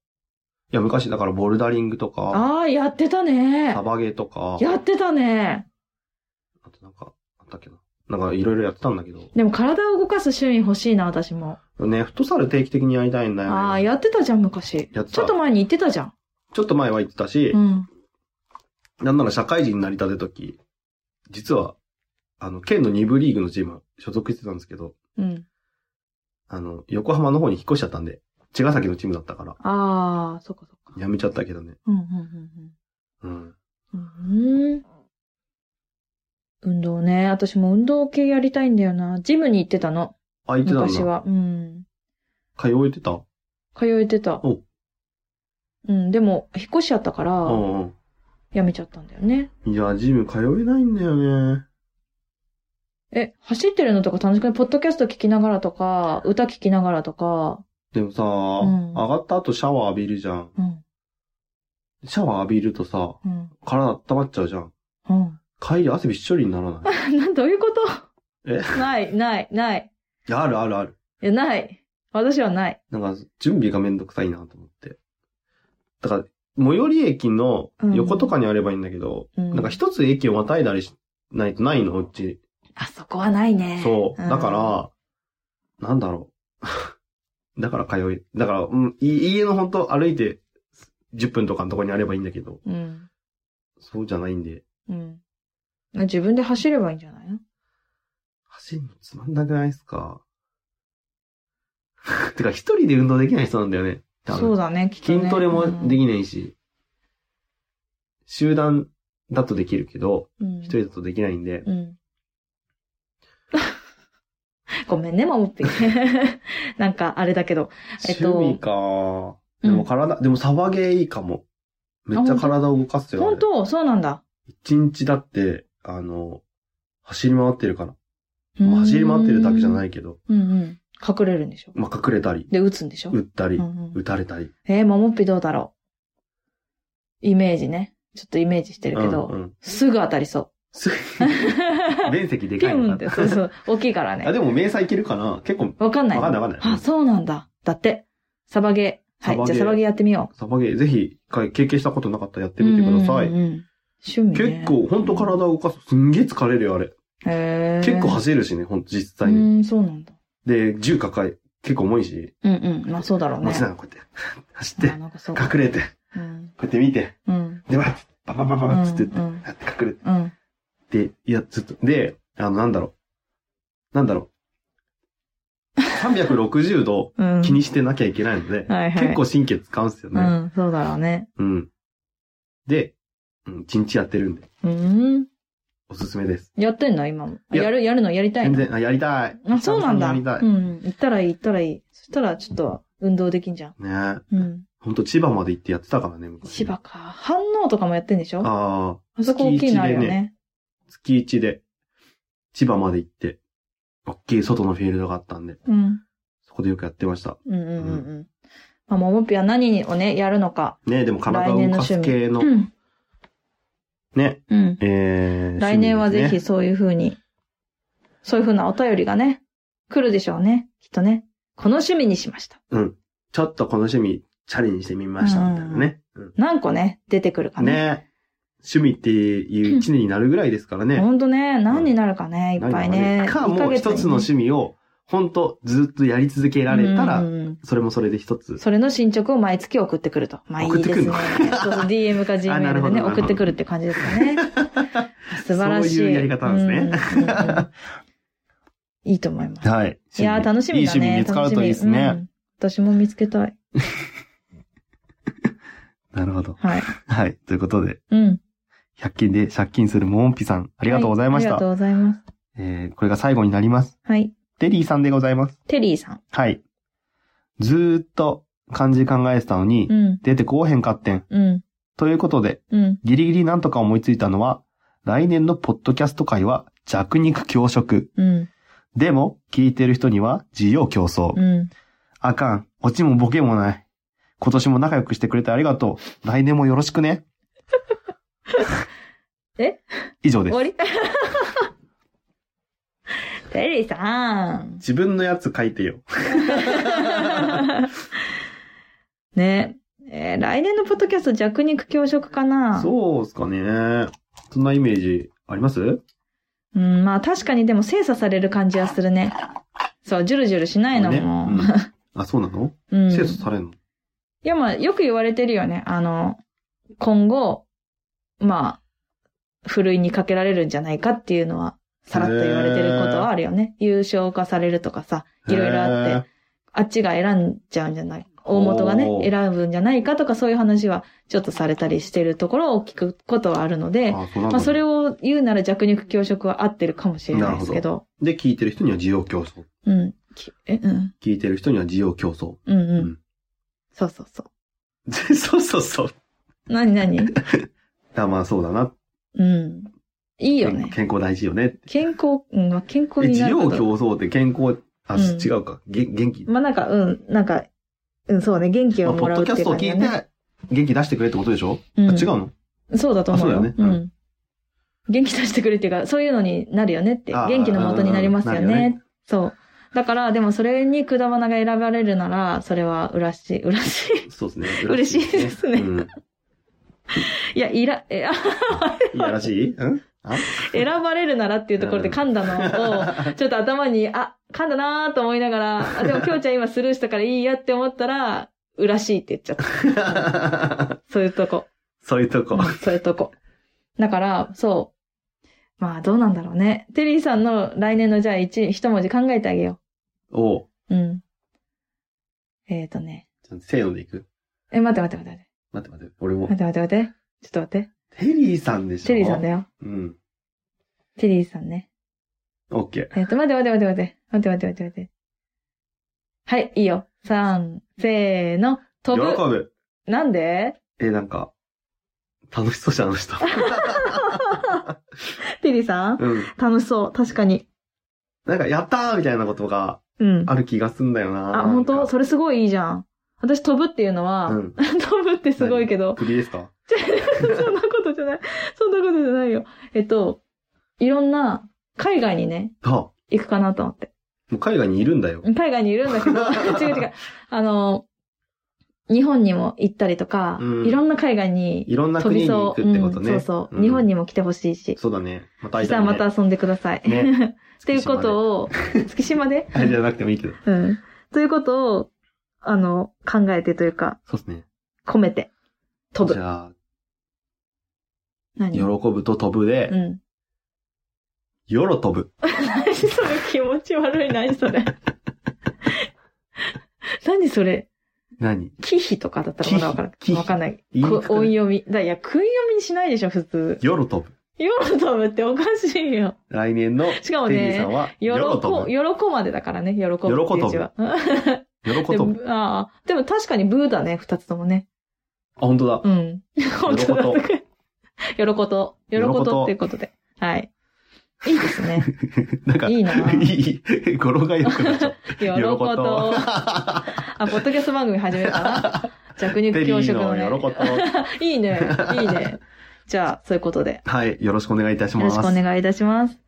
[SPEAKER 1] や、昔だからボルダリングとか、
[SPEAKER 2] ああ、やってたね
[SPEAKER 1] サ。バゲーとか、
[SPEAKER 2] やってたね。
[SPEAKER 1] あとなんか、あったっけど。なんかいろいろやってたんだけど。
[SPEAKER 2] でも体を動かす趣味欲しいな、私も。
[SPEAKER 1] ね、フットサル定期的にやりたいんだよ、ね。
[SPEAKER 2] ああ、やってたじゃん、昔。
[SPEAKER 1] やってた
[SPEAKER 2] ちょっと前に言ってたじゃん。
[SPEAKER 1] ちょっと前は言ってたし
[SPEAKER 2] う、ん。
[SPEAKER 1] なんなら社会人になりたて時、実は、あの、県の2部リーグのチーム所属してたんですけど、
[SPEAKER 2] うん。
[SPEAKER 1] あの、横浜の方に引っ越しちゃったんで、茅ヶ崎のチームだったから、
[SPEAKER 2] ああ、そっかそっか。
[SPEAKER 1] やめちゃったけどね。
[SPEAKER 2] うん、うん、
[SPEAKER 1] うん。
[SPEAKER 2] うんうん。うん。運動ね。私も運動系やりたいんだよな。ジムに行ってたの。
[SPEAKER 1] あ、行ってたん
[SPEAKER 2] 昔
[SPEAKER 1] だ。
[SPEAKER 2] は。うん。
[SPEAKER 1] 通えてた
[SPEAKER 2] 通えてた
[SPEAKER 1] お。
[SPEAKER 2] うん、でも、引っ越しちゃったか
[SPEAKER 1] う
[SPEAKER 2] ら、
[SPEAKER 1] んうん。
[SPEAKER 2] やめちゃったんだよね。
[SPEAKER 1] いや、ジム通えないんだよね。
[SPEAKER 2] え、走ってるのとか楽しくないポッドキャスト聞きながらとか、歌聞きながらとか、
[SPEAKER 1] でもさ、
[SPEAKER 2] ん
[SPEAKER 1] 上がった後シャワー浴びるじゃん。
[SPEAKER 2] うん、
[SPEAKER 1] シャワー浴びるとさ、
[SPEAKER 2] うん、
[SPEAKER 1] 体温まっちゃうじゃん。
[SPEAKER 2] うん。
[SPEAKER 1] 帰り汗びっしょりにならない。
[SPEAKER 2] な、どういうこと
[SPEAKER 1] え
[SPEAKER 2] ない、ない、ない。
[SPEAKER 1] いや、あるあるある。
[SPEAKER 2] いや、ない。私はない。
[SPEAKER 1] なんか、準備がめんどくさいなと思って。だから、最寄り駅の横とかにあればいいんだけど、
[SPEAKER 2] うん
[SPEAKER 1] なんか一つ駅をまたいだりしないとないの、うち。
[SPEAKER 2] あそこはないね。
[SPEAKER 1] そう。
[SPEAKER 2] ん
[SPEAKER 1] だから、なんだろう。 だから通い。だから、うん、い家のほんと歩いて10分とかのとこにあればいいんだけど、
[SPEAKER 2] うん、
[SPEAKER 1] そうじゃないんで、
[SPEAKER 2] うん。自分で走ればいいんじゃないの
[SPEAKER 1] 走るのつまんなくないですか てか、一人で運動できない人なんだよね。多分
[SPEAKER 2] そうだね、きっとね
[SPEAKER 1] 筋トレもできないし、集団だとできるけど、
[SPEAKER 2] うんうん
[SPEAKER 1] 一人だとできないんで、
[SPEAKER 2] うん。 ごめんね、マモッピー。 なんか、あれだけど。えっと
[SPEAKER 1] 趣味か。
[SPEAKER 2] う
[SPEAKER 1] で
[SPEAKER 2] ん
[SPEAKER 1] も体、でもサバゲーいいかも。めっちゃ体を動かすよ。あれ
[SPEAKER 2] 本当そうなんだ。。
[SPEAKER 1] 一日だって、あの、走り回ってるから。まあ走り回ってるだけじゃないいけど、
[SPEAKER 2] うんうん。隠れるんでしょ。
[SPEAKER 1] まあ、隠れたり、
[SPEAKER 2] で、撃つんでしょ。
[SPEAKER 1] 撃ったり
[SPEAKER 2] う、んうん
[SPEAKER 1] 撃たれたり。
[SPEAKER 2] えー、マモッピーどうだろう。イメージね。ちょっとイメージしてる
[SPEAKER 1] う
[SPEAKER 2] け
[SPEAKER 1] ん
[SPEAKER 2] ど、
[SPEAKER 1] うん。
[SPEAKER 2] すぐ当たりそ
[SPEAKER 1] す
[SPEAKER 2] う。
[SPEAKER 1] 面積で
[SPEAKER 2] ピ
[SPEAKER 1] かい
[SPEAKER 2] ュン
[SPEAKER 1] のか
[SPEAKER 2] って、
[SPEAKER 1] な
[SPEAKER 2] そうそう。大きいから
[SPEAKER 1] あ、
[SPEAKER 2] ね。
[SPEAKER 1] でも迷彩いけるかな結構、
[SPEAKER 2] わかんない。
[SPEAKER 1] わかんないわかんない
[SPEAKER 2] あ、そうなんだ。だって。サバゲー。は
[SPEAKER 1] サバ
[SPEAKER 2] い。
[SPEAKER 1] ゲー
[SPEAKER 2] じゃあサバゲーやってみよう。
[SPEAKER 1] サバゲー、ぜひ、一回経験したことなかったらやってみてください。
[SPEAKER 2] うんうんうん趣味、ね。
[SPEAKER 1] 結構、ほんと体を動かす。すんげえ疲れるよ、あれ。
[SPEAKER 2] へー
[SPEAKER 1] 結構走るしね、ほんと実際
[SPEAKER 2] う
[SPEAKER 1] に。
[SPEAKER 2] ん、そうなんだ。
[SPEAKER 1] で、銃抱え、結構重いし、
[SPEAKER 2] うんうん。まあそうだろうね。
[SPEAKER 1] 持ちながらこうやって、走って
[SPEAKER 2] あ、なんかそう。
[SPEAKER 1] 隠れて、こ
[SPEAKER 2] うん。
[SPEAKER 1] うやって見て、
[SPEAKER 2] うん。
[SPEAKER 1] で、わっ、パパパパ
[SPEAKER 2] う
[SPEAKER 1] パ
[SPEAKER 2] ん
[SPEAKER 1] っつって、
[SPEAKER 2] うん
[SPEAKER 1] やって隠れて
[SPEAKER 2] うん。
[SPEAKER 1] で、いや、ずっと、で、あの、なんだろう。なんだろう。360度
[SPEAKER 2] うん。
[SPEAKER 1] 気にしてなきゃいけないので、
[SPEAKER 2] はいはい。
[SPEAKER 1] 結構神経使うんですよ
[SPEAKER 2] う
[SPEAKER 1] ね。
[SPEAKER 2] ん、そうだろうね。
[SPEAKER 1] うん。で、うん、1日やってるんで、
[SPEAKER 2] うん。
[SPEAKER 1] おすすめです。
[SPEAKER 2] やってんの今も。
[SPEAKER 1] いや
[SPEAKER 2] やる、やるのやりたい
[SPEAKER 1] 全
[SPEAKER 2] の
[SPEAKER 1] 然、あ、やりたい。
[SPEAKER 2] あ、そうなんだ。う
[SPEAKER 1] 久々にやりたい。
[SPEAKER 2] ん。行ったらいい、行ったらいい。そしたらちょっと運動できんじゃん。
[SPEAKER 1] ねえ。
[SPEAKER 2] うん。
[SPEAKER 1] ほんと千葉まで行ってやってたからね、昔。
[SPEAKER 2] 千葉か。反応とかもやってんでしょあ
[SPEAKER 1] あ
[SPEAKER 2] そこ大きいのあるよね。
[SPEAKER 1] あ、月1で、千葉まで行って、大きい外のフィールドがあったんで、
[SPEAKER 2] うん。
[SPEAKER 1] そこでよくやってました。
[SPEAKER 2] うんうんうんうん。まあ、ももぴは何をね、やるのか。
[SPEAKER 1] ねえ、でも体を動かす系の、
[SPEAKER 2] うん。
[SPEAKER 1] ね、
[SPEAKER 2] うん。
[SPEAKER 1] えー、
[SPEAKER 2] 来年はぜ
[SPEAKER 1] 趣味で
[SPEAKER 2] ひ
[SPEAKER 1] すね
[SPEAKER 2] そういうふうに、そういうふうなお便りがね、来るでしょうね。きっとね。この趣味にしました。
[SPEAKER 1] ちょっとこの趣味チャレンジしてみましたみたいなね。うん
[SPEAKER 2] 何個ね、出てくるかね。
[SPEAKER 1] ね趣味っていう一年になるぐらいですからね。
[SPEAKER 2] ほんとね、何になるかね、いっぱいね。
[SPEAKER 1] か、もう
[SPEAKER 2] 一ヶ
[SPEAKER 1] 一
[SPEAKER 2] 月に
[SPEAKER 1] つの趣味を、ほんとずっとやり続けられたら、
[SPEAKER 2] うんうんうん
[SPEAKER 1] それもそれで一つ。
[SPEAKER 2] それの進捗を毎月送ってくると。まあいいですね。
[SPEAKER 1] 送ってくんの
[SPEAKER 2] そうそう DM か
[SPEAKER 1] あなる
[SPEAKER 2] Gmail
[SPEAKER 1] ほ
[SPEAKER 2] で
[SPEAKER 1] どなるほ
[SPEAKER 2] ね、
[SPEAKER 1] ど
[SPEAKER 2] 送ってくるって感じですか ね。素晴らしい。
[SPEAKER 1] そういうやり方なんです
[SPEAKER 2] ね。いいと思います。
[SPEAKER 1] はい。
[SPEAKER 2] いやー楽しみだね。
[SPEAKER 1] いい趣味見つかるといいですね。
[SPEAKER 2] 楽しみうん私も見つけたい。
[SPEAKER 1] なるほど。
[SPEAKER 2] はい。
[SPEAKER 1] はい。ということで、
[SPEAKER 2] うん。
[SPEAKER 1] 100均で借金するモンピさん、ありがとうございまし
[SPEAKER 2] はあ
[SPEAKER 1] た。
[SPEAKER 2] りがとうございます。
[SPEAKER 1] えー、これが最後になります。
[SPEAKER 2] はい。
[SPEAKER 1] テリーさんでございます。
[SPEAKER 2] テリーさん。
[SPEAKER 1] はい。ずーっと漢字考えてたのに、
[SPEAKER 2] うん。
[SPEAKER 1] 出てこうへんかってん。
[SPEAKER 2] うん。
[SPEAKER 1] ということで、
[SPEAKER 2] うん。
[SPEAKER 1] ギリギリなんとか思いついたのは、来年のポッドキャスト界は弱肉強食。
[SPEAKER 2] うん。
[SPEAKER 1] でも、聞いてる人には自由競争。
[SPEAKER 2] うん。
[SPEAKER 1] あかん。オチもボケ もない。今年も仲良くしてくれてありがとう。来年もよろしくね。以上で
[SPEAKER 2] 終
[SPEAKER 1] す
[SPEAKER 2] わ。り テリーさ ん。
[SPEAKER 1] 自分のやつ書いてよ。
[SPEAKER 2] ねえー来年のポッドキャスト弱肉強食かなう。
[SPEAKER 1] そうっすかね。そんなイメージあります
[SPEAKER 2] ん、まあ確かにでも精査される感じはするね。そう、ジュルジュルしないの
[SPEAKER 1] ね
[SPEAKER 2] も。
[SPEAKER 1] うんあ、そうなの
[SPEAKER 2] うん。
[SPEAKER 1] 生徒されんの
[SPEAKER 2] いや、まあ、よく言われてるよね。あの、今後、まあ、ふるいにかけられるんじゃないかっていうのは、さらっと言われてることはあるよね。優勝化されるとかさ、いろいろあって、
[SPEAKER 1] て。
[SPEAKER 2] あっちが選んじゃうんじゃない大元がね
[SPEAKER 1] お、ー
[SPEAKER 2] 選ぶんじゃないかとか、そういう話はちょっとされたりしてるところを聞くことはあるので、
[SPEAKER 1] あ、そうなんだ
[SPEAKER 2] まあ、それを言うなら弱肉強食は合ってるかもしれないですけど、
[SPEAKER 1] で、聞いてる人には需要競争。
[SPEAKER 2] うん。きえ、うん。
[SPEAKER 1] 聞いてる人には需要競争。
[SPEAKER 2] うんうん。
[SPEAKER 1] うん
[SPEAKER 2] そうそうそ
[SPEAKER 1] そうそうそう。
[SPEAKER 2] う。なになに
[SPEAKER 1] あまあそうだな。
[SPEAKER 2] うん。いいよね。
[SPEAKER 1] 健康大事よね。
[SPEAKER 2] 健康、うん、まあ健
[SPEAKER 1] え、
[SPEAKER 2] 康に
[SPEAKER 1] 需
[SPEAKER 2] なる
[SPEAKER 1] 要
[SPEAKER 2] こと。
[SPEAKER 1] 競争って健康、あ、
[SPEAKER 2] うん
[SPEAKER 1] 違うか。げ元気。
[SPEAKER 2] まあなんか、うん、なんか、うん、そうね、元気
[SPEAKER 1] ま
[SPEAKER 2] を
[SPEAKER 1] あポ
[SPEAKER 2] も
[SPEAKER 1] ッ
[SPEAKER 2] らう
[SPEAKER 1] ド
[SPEAKER 2] って
[SPEAKER 1] キャストを
[SPEAKER 2] いう感
[SPEAKER 1] 聞
[SPEAKER 2] じだ
[SPEAKER 1] い
[SPEAKER 2] ね。
[SPEAKER 1] て、元気出してくれってことでしょ
[SPEAKER 2] う
[SPEAKER 1] あ、
[SPEAKER 2] ん
[SPEAKER 1] 違うの
[SPEAKER 2] そうだと思うよ。
[SPEAKER 1] あそうだよねうん
[SPEAKER 2] ん。元気出してくれっていうか、そういうのになるよねって、
[SPEAKER 1] あー
[SPEAKER 2] 元気の元になりますよ
[SPEAKER 1] うんなるよ
[SPEAKER 2] ね。そう。だから、でもそれにくだばなが選ばれるなら、それは嬉しい、嬉し い。
[SPEAKER 1] そうですね。
[SPEAKER 2] 嬉しいですね
[SPEAKER 1] うん
[SPEAKER 2] いや、いら、え、あ
[SPEAKER 1] いやらしいうんあ
[SPEAKER 2] 選ばれるならっていうところで噛んだ のを、ちょっと頭に、あ、噛んだなーと思いながら、あでもきょうちゃん今スルーしたからいいやって思ったら、嬉しいって言っちゃった。そういうとこ。
[SPEAKER 1] そういうとこ。
[SPEAKER 2] うんそういうとこ。だから、そう。まあ、どうなんだろうね。テリーさんの来年のじゃあ一、一文字考えてあげよ
[SPEAKER 1] おう。
[SPEAKER 2] う。うん。えっ、ー、とね。
[SPEAKER 1] ちゃんとせーのでいく
[SPEAKER 2] え、待って待って待って
[SPEAKER 1] 待って待って。俺も
[SPEAKER 2] 待っ。て。待って待って待って。ちょっと待って。
[SPEAKER 1] テリーさんでしょ
[SPEAKER 2] テリーさんだよ。
[SPEAKER 1] うん。
[SPEAKER 2] テリーさんね。
[SPEAKER 1] オッケ
[SPEAKER 2] えっ、と、待って待って待って待って。待って待って待って待って。はい、いいよ。三、せーの、
[SPEAKER 1] ー。
[SPEAKER 2] 飛ぶ。
[SPEAKER 1] 喜ぶ。
[SPEAKER 2] なんで
[SPEAKER 1] え、なんか、楽しそうじゃん、あの 人。
[SPEAKER 2] テリーさん
[SPEAKER 1] うん。
[SPEAKER 2] 楽しそう。確かに。
[SPEAKER 1] なんか、やったーみたいなことが
[SPEAKER 2] うん。
[SPEAKER 1] ある気がすんだよな
[SPEAKER 2] あ、本
[SPEAKER 1] な
[SPEAKER 2] 当
[SPEAKER 1] んか
[SPEAKER 2] それすごいいいじゃん。私飛ぶっていうのは、
[SPEAKER 1] うん。
[SPEAKER 2] 飛ぶってすごいけど、
[SPEAKER 1] 振りですか
[SPEAKER 2] そんなことじゃない。そんなことじゃないよ。えっと、いろんな、海外にね、
[SPEAKER 1] あ、も
[SPEAKER 2] 行くかなと思って。
[SPEAKER 1] う海外にいるんだよ。
[SPEAKER 2] 海外にいるんだけど、 違う違う。あの、日本にも行ったりとか、
[SPEAKER 1] うん
[SPEAKER 2] いろんな海外に
[SPEAKER 1] いろんな
[SPEAKER 2] 飛
[SPEAKER 1] 国
[SPEAKER 2] び
[SPEAKER 1] に行
[SPEAKER 2] そ
[SPEAKER 1] く
[SPEAKER 2] う。
[SPEAKER 1] ってこと
[SPEAKER 2] う
[SPEAKER 1] ね。
[SPEAKER 2] んそうそう、
[SPEAKER 1] ん
[SPEAKER 2] 日本。にも来てほしいし。
[SPEAKER 1] そうだね。また
[SPEAKER 2] そ
[SPEAKER 1] 会い
[SPEAKER 2] したた
[SPEAKER 1] い
[SPEAKER 2] ら
[SPEAKER 1] ね。
[SPEAKER 2] また遊んでください。
[SPEAKER 1] ね
[SPEAKER 2] っていうことを、月島で
[SPEAKER 1] あれじゃなくてもいいけど。
[SPEAKER 2] うん。ということを、あの、考えてというか、
[SPEAKER 1] そうですね。
[SPEAKER 2] 込めて、飛
[SPEAKER 1] じ
[SPEAKER 2] ぶ。
[SPEAKER 1] ゃあ、
[SPEAKER 2] 何
[SPEAKER 1] 喜ぶと飛ぶで
[SPEAKER 2] う、ん。
[SPEAKER 1] よろ飛ぶ。
[SPEAKER 2] 何それ気持ち悪い、何それ。何それ
[SPEAKER 1] 何
[SPEAKER 2] 忌避とかだったらまだわから
[SPEAKER 1] 忌避忌避
[SPEAKER 2] わかんない。
[SPEAKER 1] 言い
[SPEAKER 2] く
[SPEAKER 1] に
[SPEAKER 2] 音
[SPEAKER 1] くくない
[SPEAKER 2] 読み。だいや、訓読みにしないでしょ、普通。
[SPEAKER 1] よろ飛ぶ。
[SPEAKER 2] ヨロトムっておかしいよ。
[SPEAKER 1] 来年の、
[SPEAKER 2] しかも
[SPEAKER 1] テリーさ
[SPEAKER 2] ね
[SPEAKER 1] ん、は、
[SPEAKER 2] よ
[SPEAKER 1] よろ
[SPEAKER 2] ろ
[SPEAKER 1] 飛
[SPEAKER 2] こ、
[SPEAKER 1] ぶ。
[SPEAKER 2] よろこまでだからね、よろこぶっていう字は。
[SPEAKER 1] よろこ
[SPEAKER 2] で
[SPEAKER 1] 飛ぶ。
[SPEAKER 2] ぶああ、でも確かにブーだね、二つともね。
[SPEAKER 1] あ、本当だ。
[SPEAKER 2] うん。本当だ
[SPEAKER 1] よろこ。
[SPEAKER 2] よろこと。よろことっていうことで。はい。いいですね。
[SPEAKER 1] なんか、
[SPEAKER 2] いいな
[SPEAKER 1] いい語呂が良くなっ ちゃっ
[SPEAKER 2] よ
[SPEAKER 1] た。
[SPEAKER 2] ろこ。
[SPEAKER 1] こと
[SPEAKER 2] あ、ポッドキャスト番組始めるか な。弱肉強食の
[SPEAKER 1] テリーの喜
[SPEAKER 2] ね。いいね。い いね。じゃあ、そういうことで。
[SPEAKER 1] はい、よろしくお願いいたし
[SPEAKER 2] よ
[SPEAKER 1] ま
[SPEAKER 2] ろ
[SPEAKER 1] す。
[SPEAKER 2] しくお願いいたします。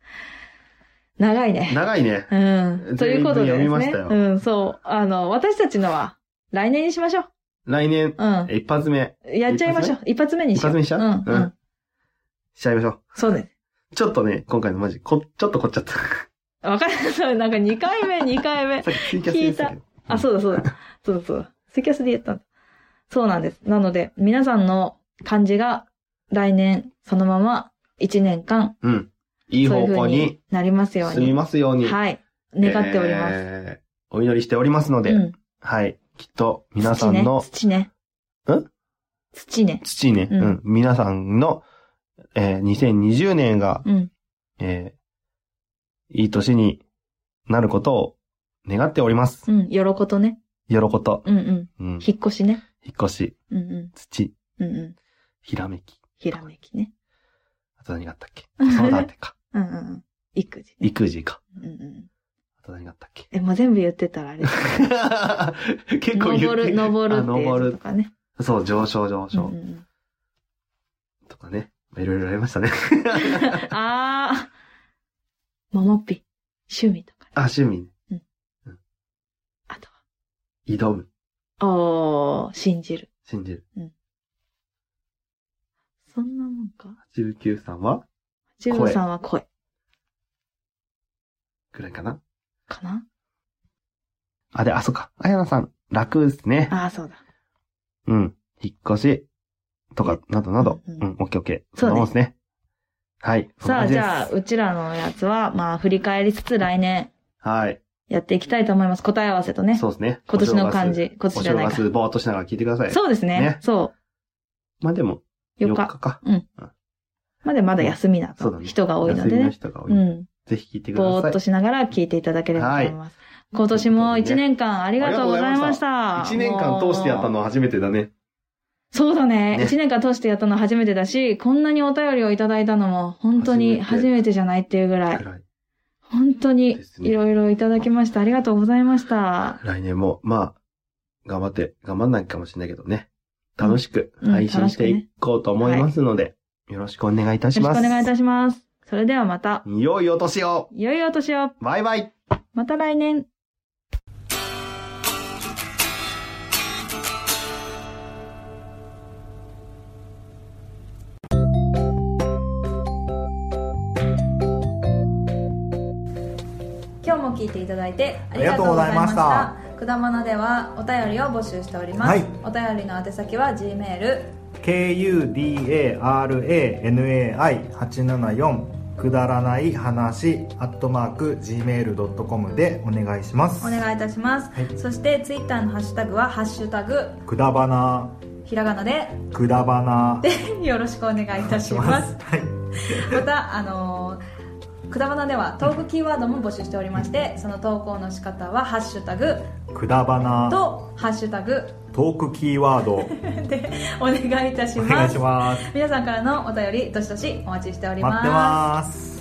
[SPEAKER 2] 長いね。
[SPEAKER 1] 長いね。
[SPEAKER 2] うん。ということでです
[SPEAKER 1] 全員分読みまし
[SPEAKER 2] ね。
[SPEAKER 1] たよ
[SPEAKER 2] うん、そう。あの、私たちのは、来年にしましょう。
[SPEAKER 1] 来年、
[SPEAKER 2] うん。
[SPEAKER 1] 一発目、
[SPEAKER 2] やっちゃいましょう。一発目にしよう。
[SPEAKER 1] 一発目にしちゃう
[SPEAKER 2] うん。う
[SPEAKER 1] うんん。しちゃいましょ
[SPEAKER 2] そうね。
[SPEAKER 1] う。ちょっとね、今回のマジ、こ、ちょっと凝っちゃ った。
[SPEAKER 2] わかる。そうなんか2回目、2回目。
[SPEAKER 1] さっきツイキャスで言ってたけど。
[SPEAKER 2] あ、そうだそうだ。そうだそうだ。ツイキャスで言ったんだ。そうなんです。なので、皆さんの漢字が来年そのまま1年間、
[SPEAKER 1] うん。いい
[SPEAKER 2] そうい
[SPEAKER 1] 方
[SPEAKER 2] う風
[SPEAKER 1] 向
[SPEAKER 2] に
[SPEAKER 1] に
[SPEAKER 2] なりますよう
[SPEAKER 1] 進み
[SPEAKER 2] に。
[SPEAKER 1] ますように。
[SPEAKER 2] はい。願っております。
[SPEAKER 1] えーお祈りしておりますので、
[SPEAKER 2] うん。
[SPEAKER 1] はい。きっと、皆さんの、
[SPEAKER 2] 土ね。土ね。
[SPEAKER 1] ん
[SPEAKER 2] 土ね。
[SPEAKER 1] 土ね、
[SPEAKER 2] うん
[SPEAKER 1] うん、皆さんの、えー、2020年が、
[SPEAKER 2] うん。
[SPEAKER 1] えー、いい年になることを願っております。
[SPEAKER 2] うん。よろことね。
[SPEAKER 1] 喜こと、
[SPEAKER 2] うんうん。
[SPEAKER 1] うん、引
[SPEAKER 2] 引っ越しね。
[SPEAKER 1] っ越し、
[SPEAKER 2] うんう
[SPEAKER 1] 土、
[SPEAKER 2] ん。うんうん。
[SPEAKER 1] ひらめき。
[SPEAKER 2] ひらめきね。
[SPEAKER 1] あと何があったっ け子育てか。
[SPEAKER 2] うんうんうん。育児ね。
[SPEAKER 1] 育児か。
[SPEAKER 2] うんうん。
[SPEAKER 1] あと何があったっけ
[SPEAKER 2] え、もう全部言ってたらあ れ。
[SPEAKER 1] 結構言って
[SPEAKER 2] 登る、
[SPEAKER 1] あ
[SPEAKER 2] 登るっていう
[SPEAKER 1] 登
[SPEAKER 2] や
[SPEAKER 1] る
[SPEAKER 2] つと。かね。
[SPEAKER 1] そう、上昇上
[SPEAKER 2] うん
[SPEAKER 1] 昇
[SPEAKER 2] うん
[SPEAKER 1] とかね。まあいろいろありましたね。
[SPEAKER 2] あー。マ マピ。趣味とか、
[SPEAKER 1] あ、趣味。
[SPEAKER 2] あと
[SPEAKER 1] 挑む。
[SPEAKER 2] は。おー、信じる。
[SPEAKER 1] 信じる。
[SPEAKER 2] そんなもんか。
[SPEAKER 1] 19さんは
[SPEAKER 2] ジムさんは声
[SPEAKER 1] ぐらいかな。
[SPEAKER 2] かな
[SPEAKER 1] あ、で、あ、そっか。あやなさん、楽ですね。
[SPEAKER 2] あー、そうだ。
[SPEAKER 1] うん。引っ越し、とか、などなど。
[SPEAKER 2] う
[SPEAKER 1] うんん、
[SPEAKER 2] うん
[SPEAKER 1] オッケーオッケー。
[SPEAKER 2] そうね
[SPEAKER 1] んなもんですね。はい。そんな
[SPEAKER 2] さあ、
[SPEAKER 1] 感
[SPEAKER 2] じ
[SPEAKER 1] です
[SPEAKER 2] ゃあ、うちらのやつは、まあ、振り返りつつ来年
[SPEAKER 1] はい。
[SPEAKER 2] やっていきたいと思います。答え合わせとね。
[SPEAKER 1] そうですね。
[SPEAKER 2] 今年の漢字。今
[SPEAKER 1] お
[SPEAKER 2] 年じゃ
[SPEAKER 1] 正
[SPEAKER 2] ないか。
[SPEAKER 1] 月、ぼーっとしながら聞いてください。
[SPEAKER 2] そうですね。
[SPEAKER 1] ね
[SPEAKER 2] そ
[SPEAKER 1] まあでも、
[SPEAKER 2] う。
[SPEAKER 1] 4
[SPEAKER 2] 4
[SPEAKER 1] 日
[SPEAKER 2] 日。
[SPEAKER 1] か。
[SPEAKER 2] までまだ休みだ
[SPEAKER 1] そ
[SPEAKER 2] と
[SPEAKER 1] うだ。ね
[SPEAKER 2] 人が多いの
[SPEAKER 1] 休
[SPEAKER 2] で
[SPEAKER 1] みの
[SPEAKER 2] ね。
[SPEAKER 1] 人が多い。
[SPEAKER 2] うん。
[SPEAKER 1] ぜひ聞いてください。
[SPEAKER 2] ぼーっとしながら聞いていただければと思います。今年も1年間ありがとうございました。
[SPEAKER 1] 1年間通してやった
[SPEAKER 2] もう
[SPEAKER 1] のは初めてだね。
[SPEAKER 2] そうだね。
[SPEAKER 1] ね
[SPEAKER 2] 1年間通してやったの初めてだし、こんなにお便りをいただいたのも本当に
[SPEAKER 1] 初
[SPEAKER 2] 初
[SPEAKER 1] めて
[SPEAKER 2] めてじゃないっていうぐらい。
[SPEAKER 1] はい
[SPEAKER 2] 本当に
[SPEAKER 1] ですね
[SPEAKER 2] いろいろいただきました。ありがとうございました。
[SPEAKER 1] 来年も、まあ、頑張って、頑張んないかもしれないけどね。楽しく
[SPEAKER 2] うん
[SPEAKER 1] 配信していこうと思いますので、よろしくお願いいたし
[SPEAKER 2] よろ
[SPEAKER 1] ま
[SPEAKER 2] し
[SPEAKER 1] す。
[SPEAKER 2] くお願いいたします。それではまた、
[SPEAKER 1] 良いお年を
[SPEAKER 2] 良いお年を
[SPEAKER 1] バイバイ
[SPEAKER 2] また来年今日も聞いていただいてありがとうございましたくだまなではお便りを募集しております、
[SPEAKER 4] はい
[SPEAKER 2] お便りの宛先は G メール
[SPEAKER 4] kudaranai874 くだらない話アットマーク gmail.com でお願いしま
[SPEAKER 2] お
[SPEAKER 4] す
[SPEAKER 2] 願いいたします、
[SPEAKER 4] はい
[SPEAKER 2] そしてツイッターのハッシュタグは「ハッシュタグ
[SPEAKER 4] くだばな
[SPEAKER 2] ひらがなで
[SPEAKER 4] くだばな」
[SPEAKER 2] でよろしくお願いいたします
[SPEAKER 4] はい
[SPEAKER 2] またあのーくだばなではトークキーワードも募集しておりましてその投稿の仕方は「ハッシュタグ
[SPEAKER 4] くだば」な
[SPEAKER 2] と「ハッシュタグ
[SPEAKER 4] トークキーワード」
[SPEAKER 2] でお願いいたし
[SPEAKER 4] お願
[SPEAKER 2] ま
[SPEAKER 4] いし
[SPEAKER 2] す
[SPEAKER 4] ます
[SPEAKER 2] 皆さんからのお便りどしどしお待ちしており
[SPEAKER 4] 待
[SPEAKER 2] ま
[SPEAKER 4] っ
[SPEAKER 2] す
[SPEAKER 4] てます